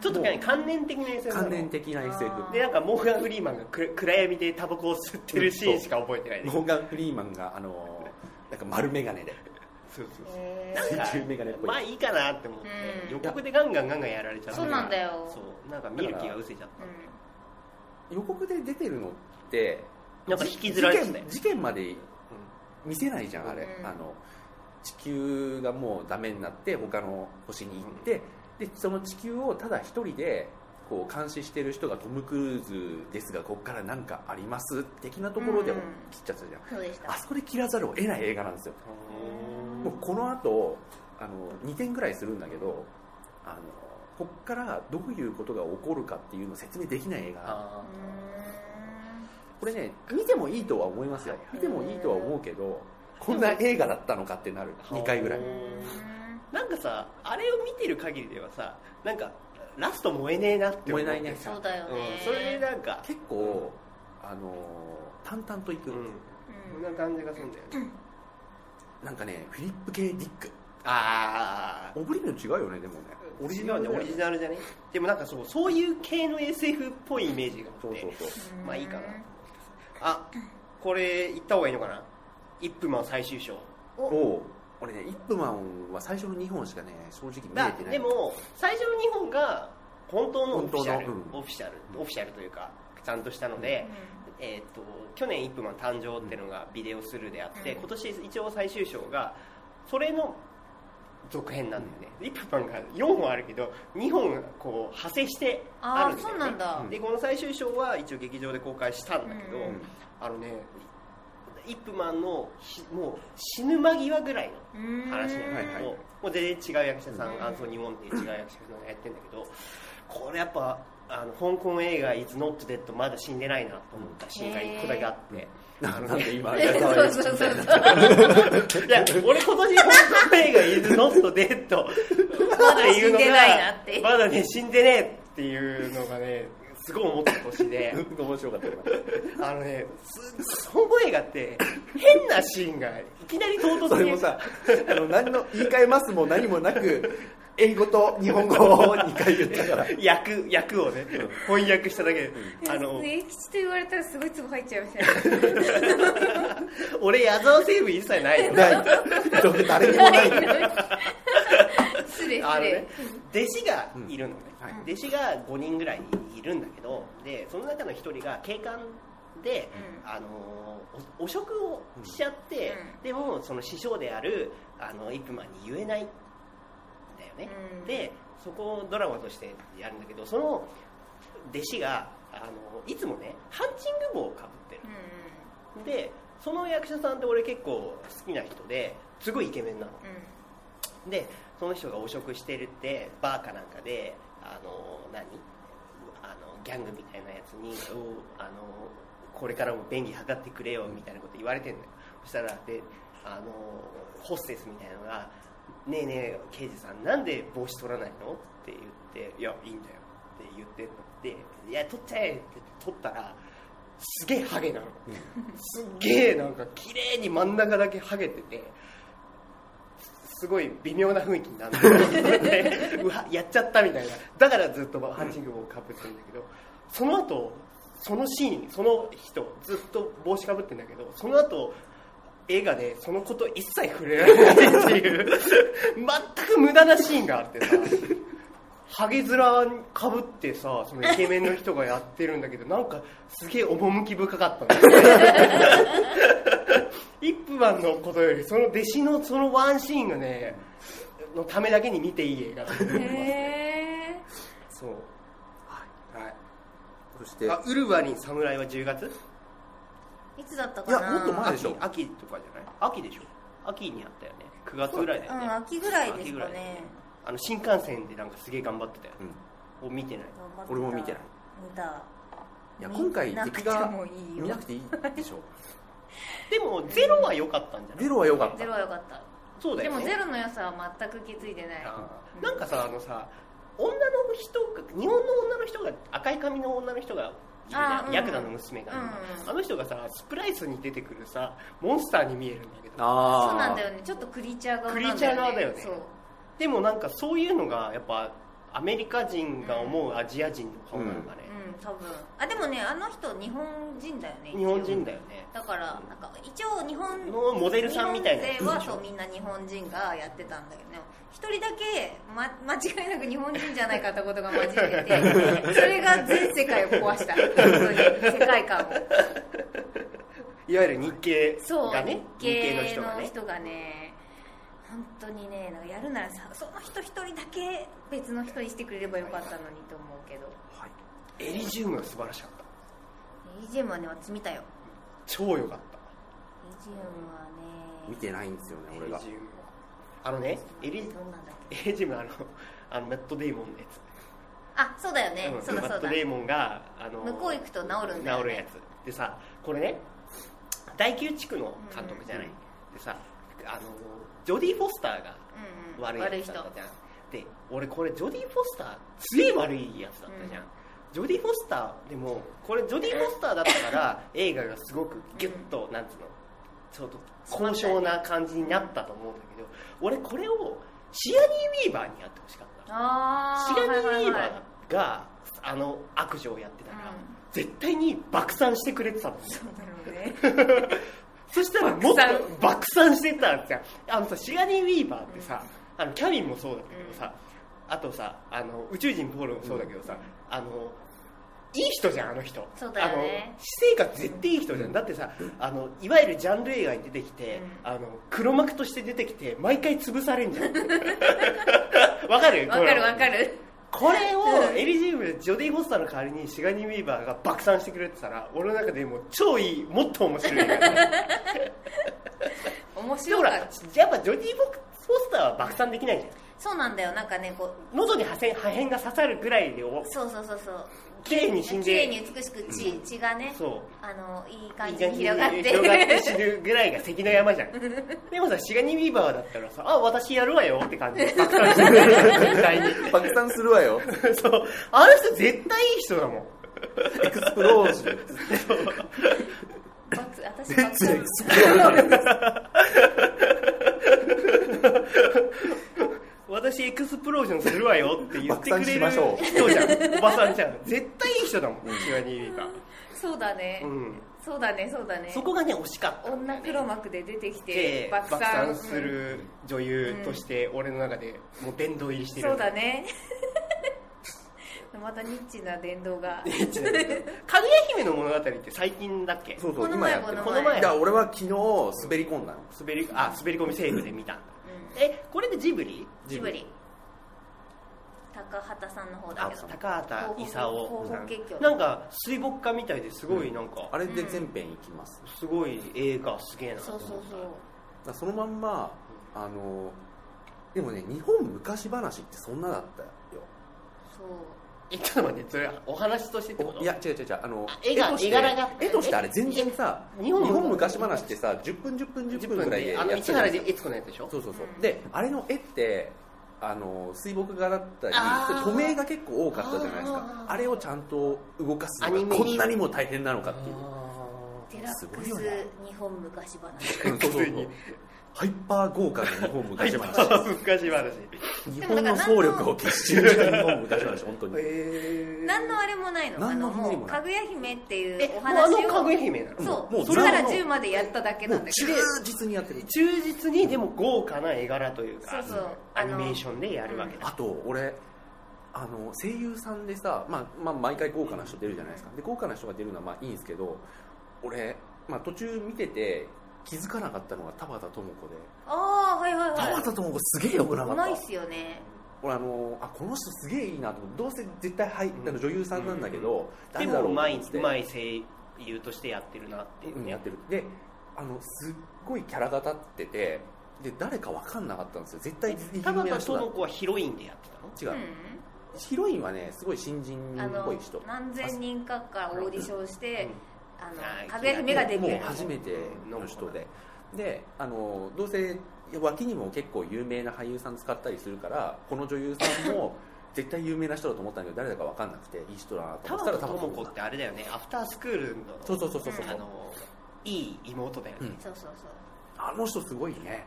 C: ちょっとね関連的な SF なの
A: 関連的な SF
B: あ
C: でなんかモーガン・フリーマンがく暗闇でタバコを吸ってるシーンしか覚えてないね
A: モーガン・フリーマンがあのなんか丸眼鏡で
C: そうそうそう
B: え
C: なんか
A: 宇宙メガネっぽい
C: まあいいかなって思って、
B: うん
C: 予告でガンガンガンガンやられちゃうから
B: そうなんだよ
C: そうなんか見る気がうせちゃっ
B: ーうん
A: 予告で出てるのって
C: たなんか引きずられてた
A: 事
C: よ
A: 件事件まで見せないじゃんあれ、
B: うん
A: あの地球がもうダメになって他の星に行って、でその地球をただ一人でこう監視してる人がトム・クルーズですがここから何かあります的なところで
B: うん
A: 切っちゃったじゃん、
B: そうでした。
A: あそこで切らざるを得ない映画なんですよ
C: うん
A: もうこの後あの2点ぐらいするんだけどあのこっからどういうことが起こるかっていうのを説明できない映画
B: う
C: あ
A: これね見てもいいとは思いますよ見てもいいとは思うけどこんな映画だったのかってなる
C: ー
A: 2回ぐらい
B: ー
C: なんかさあれを見てる限りではさなんかラスト燃えねえなって思って
A: 燃えないね
B: ん。そうだよね
C: う。んそれでなんか
A: 結構あの淡々といく、
C: うん
B: う
C: そ
B: ん
C: んな感じがするんだよね
A: なんかねフィリップ・ケイ・ディック
C: ああ
A: オブリビオン違うよねでもね
C: オリジナル
A: だ
C: ね
A: よ
C: オ
A: ね
C: リジナルじゃねでもなんかそうそういう系の SF っぽいイメージがあって
A: そうそうそう
B: うん
C: まあいいかなあこれ行った方がいいのかなイップマン最終章
A: おう俺ねイップマンは最初の2本しかね正直見
C: だ
A: えてない
C: でも最初の日本が本当のオフィシャ
A: 本
C: ル、
A: 当のうん
C: オフィシャルオフィシャルというかちゃんとしたので、えー、と去年「イップマン誕生」っていうのがビデオスルーであって、
B: うん
C: 今年一応最終章がそれの続編なんだよね、イップマンが4本あるけど2本こう派生してあ
B: ああ、
C: るんだよ、ね、
B: そうなんだ。
C: でこの最終章は一応劇場で公開したんだけど、
B: うん
C: あのねイップマンのひもう死ぬ間際ぐらいの
B: うん
C: 話なんだ
A: はい
C: け
A: は
C: ど、
A: い
C: もう全然違う役者さ、
B: うんん
C: アンソニー・ウォンっていう違う役者さんがやってんだけど、これやっぱ、あの香港映画、It's Not Dead、まだ死んでないなと思ったシーンが一個だけあって、
A: ななんで今
B: そうそうそうそう。ま
C: いや、俺、今年香港映画、It's Not Dead
B: だ死んでないなって。
C: まだね、死んでねえっていうのがね、すごい思った年で、
A: 面白かった
C: あのね、す香港映画って、変なシーンがいきなり唐突
A: それ
C: に
A: もさあの何の言い換えますも何もなく英語と日本語を2回言ったから
C: 役役をね、翻訳しただけで、あの、
B: え吉と言われたらすごいツボ入っちゃいました ね。
C: 俺、矢沢セーブ一切な いよ。
A: ない誰にもない
B: 失礼失
C: あのね
B: 礼。、
C: 弟子がいるのね、
A: うんはい
C: 弟子が5人ぐらいいるんだけどでその中の1人が警官で、
B: うん
C: あのお汚職をしちゃって、
B: うん
C: でもその師匠であるあのイップマンに言えないんだよね、
B: うん
C: でそこをドラマとしてやるんだけどその弟子があのいつもねハンチング帽をかぶってる
B: うん
C: でその役者さんって俺結構好きな人ですごいイケメンなの
B: う
C: でその人が汚職してるってバーかなんかであの何あのギャングみたいなやつにおあのこれからも便宜図ってくれよみたいなこと言われてんのよそしたらであのホステスみたいなのが「ねえねえ刑事さんなんで帽子取らないの?」って言って「いやいいんだよ」って言ってんので「いや取っちゃえ」って取ったらすげえハゲなの、すっげえなんか綺麗に真ん中だけハゲててすごい微妙な雰囲気になるでうわやっちゃったみたいなだからずっとハンチング帽をかぶってるんだけどその後そのシーンその人ずっと帽子かぶってるんだけどその後映画でそのこと一切触れられないっていう 全く無駄なシーンがあってさハゲ面かぶってさそのイケメンの人がやってるんだけどなんかすげえ趣深かったのよイップマンのことよりその弟子のそのワンシーンがねのためだけに見ていい映画だと思い
B: ん。
C: ます
B: へ
C: そうはい
A: そして
C: あウルヴァリン侍は10月
B: ーいつだったかな。
A: いやもっと前でしょ
C: 秋秋とかじゃない秋でしょ秋にやったよね9月ぐらいだよね
B: うん、秋ぐらいです
C: 秋ぐ
B: から
C: だよ
B: ね。
C: あの新幹線でなんかすげえ頑張ってたよ
A: う、ん
C: を見てない
B: 頑張ってた
A: 俺も見てない
B: 見た。
A: いや今回
B: 見な
A: 敵
B: くて
A: が
B: もいいよ
A: 見なくていいでしょ
C: でもゼロは良かったんじゃない
A: ゼロは良かった
B: ゼロは良かった
C: そうだ
B: で
C: よ
B: も
C: ね
B: ゼロの良さは全く気づいてない
C: あーなんかさあのさ女の人が日本の女の人が赤い髪の女の人がいるじ
B: あー
C: ゃ
B: うんん
C: ヤクザの娘が、
B: うんうん
C: あの人がさスプライスに出てくるさモンスターに見えるんだけど
A: あ
B: そうなんだよ
A: ね
B: ねちょっとクリーチャー側なんだよね
C: クリーチャー側だよね
B: そう
C: でもなんかそういうのがやっぱアメリカ人が思うアジア人の顔なんだね、
B: うん多分あでもねあの人日本人だよね一応
C: 日本人だよね
B: だからなんか一応日本
C: のモデルさんみたいな
B: 日本勢はそうみんな日本人がやってたんだけどね一人だけ、ま、 間違いなく日本人じゃないかってことが混じって てそれが全世界を壊した本当に世界観を
C: いわゆる日系
B: そう
C: がね
B: 日系の
C: 日系の人
B: 人
C: が
B: がね
C: ね
B: 本当にねなんかやるならさその人一人だけ別の人にしてくれればよかったのにと思うけど
C: エリジウムは素晴らしかった
B: EGM はね私見たよ
C: 超良かった
B: EGM はね
A: 見てないんですよね
C: エ
A: 俺
C: リ
A: が
C: ジウムあのねエリ
B: どんなんだっけ
C: エリジウムはあのあのマット・デイモンのやつ
B: あそうだよね、
C: うん
B: そうだ
C: マ
B: そ
C: ッ
B: う
C: ト・
B: だ
C: デイモンがあの
B: 向こう行くと治るんだよね
C: 治るやつでさこれね第9地区の監督じゃない、
B: うん
C: でさあのジョディ・フォスターが
B: うんうん
C: 悪い
B: 悪い
C: やつ
B: 人
C: だったじゃんで俺これジョディ・フォスターすげえ悪いやつだったじゃん、
B: うん
C: ジョディ・フォスターでもこれジョディ・フォスターだったから映画がすごくギュッと、なんつうのちょっと高尚な感じになったと思うんだけど俺これをシアニー・ウィーバーにやってほしかった
B: あ
C: シ
B: ー
C: ガニー・ウィー
B: はいはい
C: バ
B: はい
C: ーがあの悪女をやってたら、
B: うん
C: 絶対に爆散してくれてたの
B: そうだろうね
C: そしたらもっと
B: 爆
C: 爆散してたんですよあのさシガニー・ウィーバーってさ、あのキャビンもそうだけどさ、あとさあの宇宙人ポールもそうだけどさ、あのいい人じゃんあの人
B: そうだよね
C: あの私生活絶対いい人じゃん、だってさあのいわゆるジャンル映画に出てきて、
B: う
C: あの黒幕として出てきて毎回潰されん じゃんわかる
B: わかるわかる
C: これ
B: う
C: を
B: ん
C: エリジウムでジョディ・フォスターの代わりにシガニー・ウィーバーが爆散してくれてたら俺の中でもう超いいもっと面 白い映画だね
B: 面
C: で
B: 白
C: ほ
B: からった
C: やっぱジョディ・フォスターは爆散できないじゃ
B: そうなんだよなんかねこうん
C: 喉に破線破片が刺さるぐらいでお
B: そうそうそうそう
C: 綺麗に死ん
B: 綺麗
C: で
B: に美しく血,、血がね
C: そう
B: あのいい
C: い
B: 感
C: い
B: じ
C: 感
B: に
C: じに
B: 広がって
C: 広がって死ぬぐらいが関の山じ ゃんでもさシガニー・ウィーバーだったらさあ私やるわよって感じで爆散してくれ る絶対に
A: 爆散するわよ
C: そうあの人絶対いい人だもん
A: エクスプロージュ
B: バツ 私
A: レッ
B: 爆
A: ツエ
B: 散
A: クスプロージュ
C: 私エクスプロージョンするわよって言ってくれ
A: 爆散し
C: る
A: ましょう
C: 人じゃんおばさんじゃん絶対いい人だもんシガニー・ウィーバ
B: そうだね、
C: ー、うん、
B: そうだねそうだね
C: そこがね惜しかった
B: 女黒幕で出てきて
C: で
B: 爆
C: 爆
B: 散
C: 散する女優として俺の中でもう殿堂入りし
B: うん
C: てる
B: そうだね またニッチな伝道が
C: いや違うかぐや姫の物語って最近だっけ
A: そうそ
B: こ
A: う
B: の
A: 今
B: 前
A: やってる
B: こ
C: の前
A: いや俺は昨日滑り込んだの
C: 滑りあ滑り込みセーフで見たんだえこれでジブリ
B: ジブリ高畑さんの方だ
C: あ
B: けど
C: 高畑勲さ
B: 広報結局
C: んなんか水墨画みたいですごいなんか、
A: あれで全編いきます
C: すごい映画すげえなと
B: そ
C: 思
B: う
C: った
B: そうそう
A: だからそのまんまあのでもね日本昔話ってそんなだったよ
B: そう
C: えちょっと待ってそれお話としてってこと
A: いや違う違う違うあの
C: あ絵が
A: として
C: 絵柄が
A: 絵としてあれ全然さ
C: え
A: 日
C: 日本
A: 本昔話ってさ10分10分10
C: 10
A: 分ぐ
C: 分
A: らいで
C: で
A: や
C: あ
A: っ
C: の
A: てる
C: 市原で悦子のやつでしょ
A: そうそうそう、
B: うん
A: であれの絵ってあの水墨画だったり
C: あー
A: 透明が結構多かったじゃないですか
C: あ
A: あ
C: ー
A: れをちゃんと動かす
C: ア
A: の
C: ニメ
A: が
C: ーショ
A: こ
C: ン
A: んなにも大変なのか
C: あ
A: っていう
B: デラック
A: すごいよね
B: ス日本昔話
A: うんそうそう
C: 普通に
A: ハイパー豪華な日本
C: ー
A: 昔話
C: 昔話
A: 日本の総力を結集した日本昔話本当に
C: え
B: 何のあれもないのあ
A: 何の
B: の
A: 意味
B: も
A: も
B: う
A: ない
B: かぐや姫ってい
C: え
B: うお
C: あ
B: 話
C: のかぐや
B: を
C: 姫なの
B: そ
A: も
B: う
A: う
B: 1
A: それ
B: か
A: は
B: ら10までやっただけ
A: も
B: なん
A: う
B: だけ
A: 忠
B: ど
A: 実にやってる
C: 忠実にでも豪華な絵柄というか
B: そうそう
C: アニメーションでやるわけだ
A: あと俺あの声優さんでさ、まあまあ、毎回豪華な人出るじゃないですかで豪華な人が出るのはまあいいんですけど俺、まあ、途中見てて気づかなかったのが田畑智子で
B: ああはいはい
A: 田
B: は
A: 畑智子すげえよくなか
B: い
A: っ
B: うまいったすよね
A: 俺あのあこの人すげえいいなと思ってどうせ絶対、はい
C: うん
A: あの女優さんなんだけど、
C: で
A: 誰だ
C: も
A: ろ
C: う
A: う
C: まい
A: と思って
C: うまい声優としてやってるなっていう
A: うん
C: ね
A: やってるであのすっごいキャラが立っててで誰か分かんなかったんですよ絶対有
C: 田
A: 名な
C: 畑
A: 人だ
C: 智子はヒロインでやってたの
A: 違
B: う
A: う、
B: ん
A: ヒロインはねすごい新人
B: あ
A: っぽ
B: の
A: い人
B: 何千人かからオーディションして、あの
C: あー
B: 輝き目が出る
A: もう
B: よ
A: 初めての人でであのどうせ脇にも結構有名な俳優さん使ったりするからこの女優さん も絶対有名な人だと思ったんだけど誰だか分かんなくていい人だなと
C: タ
A: 思ったら
C: マとトモコってあれだよねアフタースクールの
A: そうそうそうそうそう
C: あのいい妹だよね、
A: うん
B: そうそうそ
A: あの人すごいね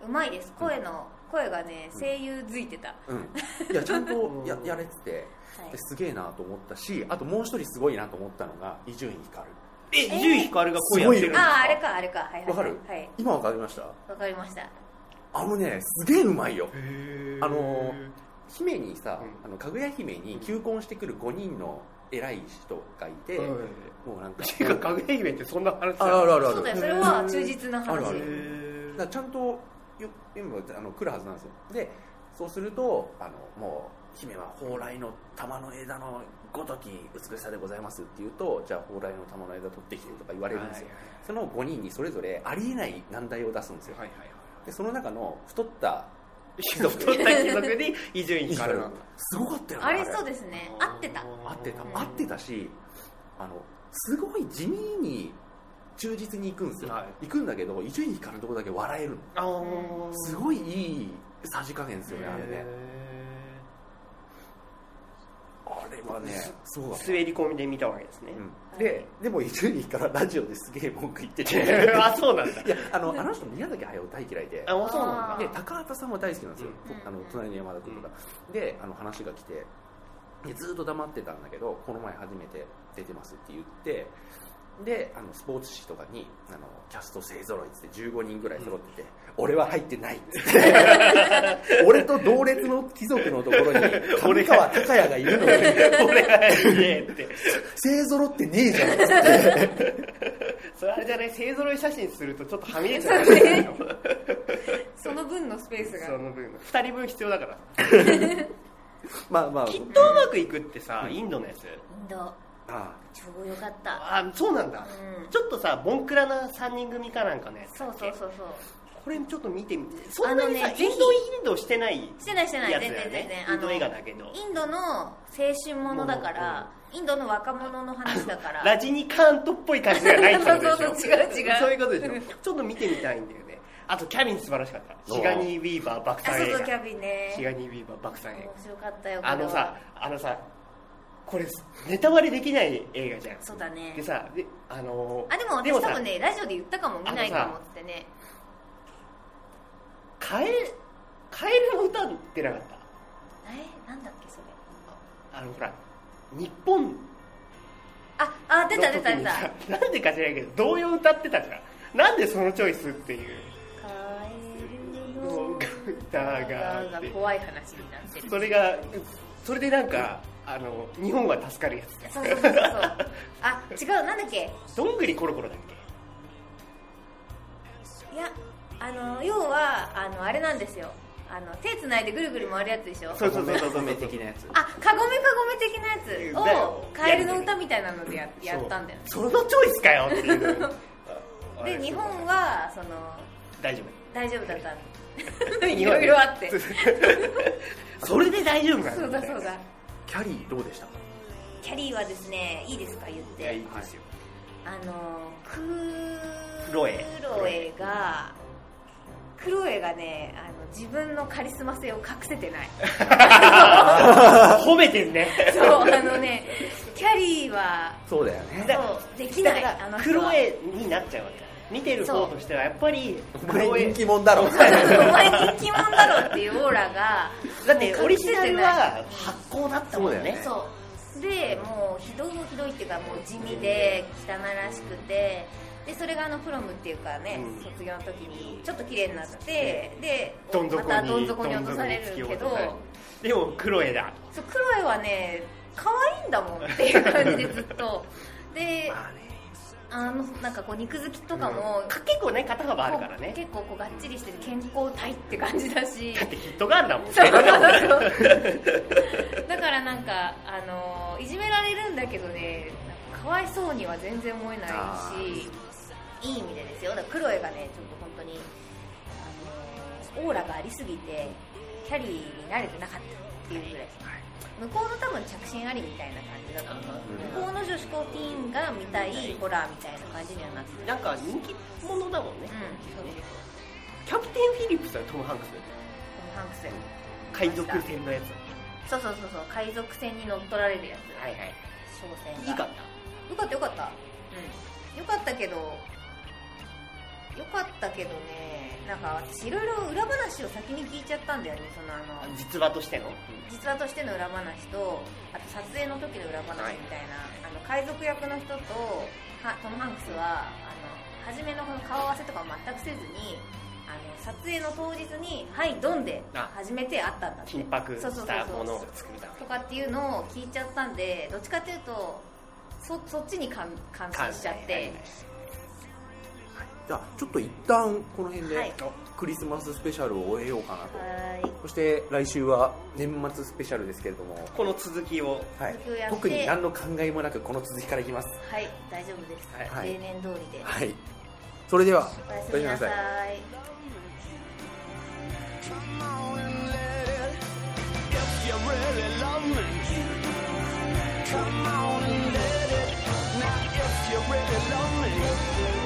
B: ううまいです声の、声がね
A: うん
B: 声優づいてた、
A: うんいやちゃんとややれてて
B: はい
A: ですげえなと思ったしあともう一人すごいなと思ったのが伊集院光
C: え
B: え
C: 伊集院光が声やってるんですか
B: あああれかあれかはいはい
A: わかる
B: はい
A: 今分かりました
B: わかりました
A: あのねすげえうまいよ
C: へー
A: あの姫にさ、
C: うん
A: あのかぐや姫に求婚してくる5人の偉い人がいて、
C: うん
A: もう なんか
C: ていうかかぐや姫ってそんな話
A: あるあるあるあ
B: そうだよ
A: る
B: それは忠実な
A: あ
B: 話
A: るあ
C: へ
A: る
C: ー
A: だからちゃんとよ今あの来るはずなんですよでそうするとあのもう姫は蓬莱の玉の枝のごとき美しさでございますって言うとじゃあ蓬莱の玉の枝取ってきてとか言われるんですよ、その5人にそれぞれありえない難題を出すんですよ、
C: はいはいはい
A: でその中の太った
C: 貴族取った貴族に伊集院光なんだ
A: すごかったよね
B: あれそうですね合ってた
A: 合ってた
B: うん
A: 合ってたしあのすごい地味に忠実に行くんですよ、
C: は
A: 行くんだけど伊集院光のとこだけ笑えるの
C: あー
A: すごいいいさじ加減ですよねあれね
C: へ
A: あれはねすごか
C: ー
A: った、
C: 滑り込みで見たわけですね、
A: うん、ででも伊集院光はラジオですげえ文句言ってて
C: あそうなんだ
A: いやあのあの人宮崎駿大嫌いで
C: あそうなん
B: あ
C: だ
A: で高畑さんも大好きなんですよ、
B: うん
A: とあの隣の山田君とか、であの話が来てでずっと黙ってたんだけどこの前初めて出てますって言ってであのスポーツ誌とかにあのキャスト勢ぞろいっつって15人ぐらい揃ってて、俺は入って ないっつって俺と同列の貴族のところに上川隆也がいるのに
C: 俺がいいねって
A: 勢ぞろってねえじゃんっつって
C: それあれじゃない勢ぞろい写真するとちょっとはみ出ちゃうんだよ
B: その分のスペースが
C: その分2人分必要だから
A: まあまあ
C: きっとうまくいくってさインドのや
B: イ
C: つ
B: ンド
A: あ
B: 超良かった
C: あそうなんだ
B: うん
C: ちょっとさボンクラな3人組かなんかね
B: そうそうそうそう
C: これちょっと見てみてそんなにさ
B: あのね
C: インドインドしてない
B: してないしてない
C: や
B: 全
C: つだ
B: 然
C: よ
B: 全然
C: ね
B: あ
C: インド
B: の
C: 映画だけど
B: インドの青春ものだからインドの若者の話だから
C: ラジニカントっぽい感じじゃないってことでしょ
B: そうそう違う違う
C: そういうことでしょちょっと見てみたいんだよねあとキャビン素晴らしかったシガニー・ウィーバー爆
B: あ
C: 散映
B: 外キ
C: 画
B: ャビン
C: シガ
B: ね
C: ニー・ウィーバー爆散映
B: 面
C: 画
B: 白かったよ
C: あのさあのさこれネタバレできない映画じゃん
B: そうだね
C: でさであのー
B: あでも
C: で
B: 私
C: もさ
B: 多分ねラジオで言ったかも見ないかもってね
C: カエルカエルの歌出なかっ
B: えなんだっけそれ
C: たあのほら日本
B: ああ出た
C: の
B: 出
C: 時
B: た出
C: に
B: た
C: さなんでか知らないけど童謡歌ってたじゃんなんでそのチョイスっていう
B: カエルの
C: 歌があって
B: 怖い話になってる
C: それがそれでなんかあの日本は助かるやつ
B: そうそうそうそうあ違うなんだっけ
C: どんぐりコロコロだっけ
B: いやあの要はあのあれなんですよあの手つないでぐるぐる回るやつでしょ
C: そうそうそうそう
A: ごめんごめん的なやつ
B: あカゴメカゴメ的なやつをカエルの歌みたいなのでややったんだよね
C: そうそのチョイスかよっていうのあ れ
B: で日本はその
C: 大丈
B: 大丈夫だったの
C: 夫
B: いろいろあって
C: それで大丈夫なの
B: そうだそうだ
A: キャリーどうでした
B: キャリーはですねいいですか言っ
C: いやい
B: て
C: い ですよ
B: あのクー
C: クロエ
B: クロエがクロエがねあの自分のカリスマ性を隠せてない
C: 褒めてるね
B: そうあのねキャリーは
A: そうだよね
B: そうできない
C: だ
B: あ
C: から
B: の
C: ク
B: 人は
C: ロエになっちゃうわけだ見てる方としてはやっぱり
A: お
C: ク
A: 前
C: ロエ
A: 人気者だろ
B: お前人気者だろっていうオーラが
C: だってオリジナルは発行だったもん
A: そ
C: ね
A: うだよね
B: そうでもうひどいひどいっていうかもう地味で汚らしくてでそれがあのプロムっていうかね、
C: うん
B: 卒業の時にちょっと綺麗になってで
C: どん底に
B: またどん底に落とされるけど
C: どん底に突き落とされるでもクロエだ
B: そうクロエはね可愛いんだもんっていう感 じでずっとで
A: まあね
B: あのなんかこう肉好きとかも、
C: か結構ね肩幅あるからね
B: 結構こうがっちりしてる健康体って感じだし
C: だってヒットガールだもんね
B: そうそうそうだからなんかあのいじめられるんだけどねなんかかわいそうには全然思えない
A: あ
B: しいい意味でですよだからクロエがねちょっと本当にあのオーラがありすぎてキャリーに慣れてなかったっていうぐらい向こうの多分着信ありみたいな感じだと思
C: う
B: う向こうの
C: ん
B: 女子高ティーンが見たいホラーみたいな感じにはなってる
C: なんか人気者だもん
B: うん
C: ね、キャプテン・フィリップスはトム・ハンクスだよね
B: トム・ハンクス
C: 海賊船のやつ
B: そうそうそうそう海賊船に乗っ取られるやつ
C: はいはい
B: 商船が
C: いいかっ
B: よかったよかったうんよかったけどよかったけどねなんか私いろいろ裏話を先に聞いちゃったんだよねそのあの
C: た実話としての、
B: 実話としての裏話とあと撮影の時の裏話みたいな、あの海賊役の人とはトム・ハンクスはあの初めのこの顔合わせとかを全くせずにあの撮影の当日に「はいドン」で
C: あ
B: 初めて会ったんだって
C: 緊迫
B: そうそう
C: し
B: そう
C: た
B: そう
C: ものを作るため
B: とかっていうのを聞いちゃったんでどっちかっていうとそそっちに感感心しちゃって、
C: はいはいはい
A: じゃあちょっと一旦この辺で、
B: はい
A: クリスマススペシャルを終えようかなと
B: はーい
A: そして来週は年末スペシャルですけれども、
C: この続きを
A: はい
B: 続きをやっ、て
A: 特に何の考えもなくこの続きからいきます
B: はい大丈夫です、
A: はい
B: 例年通りで
A: はいそれでは
B: おやすみな
A: お
B: さ
A: やすみない
D: Come on and let it. If you really love me, come on and let it. Now, if you really love me,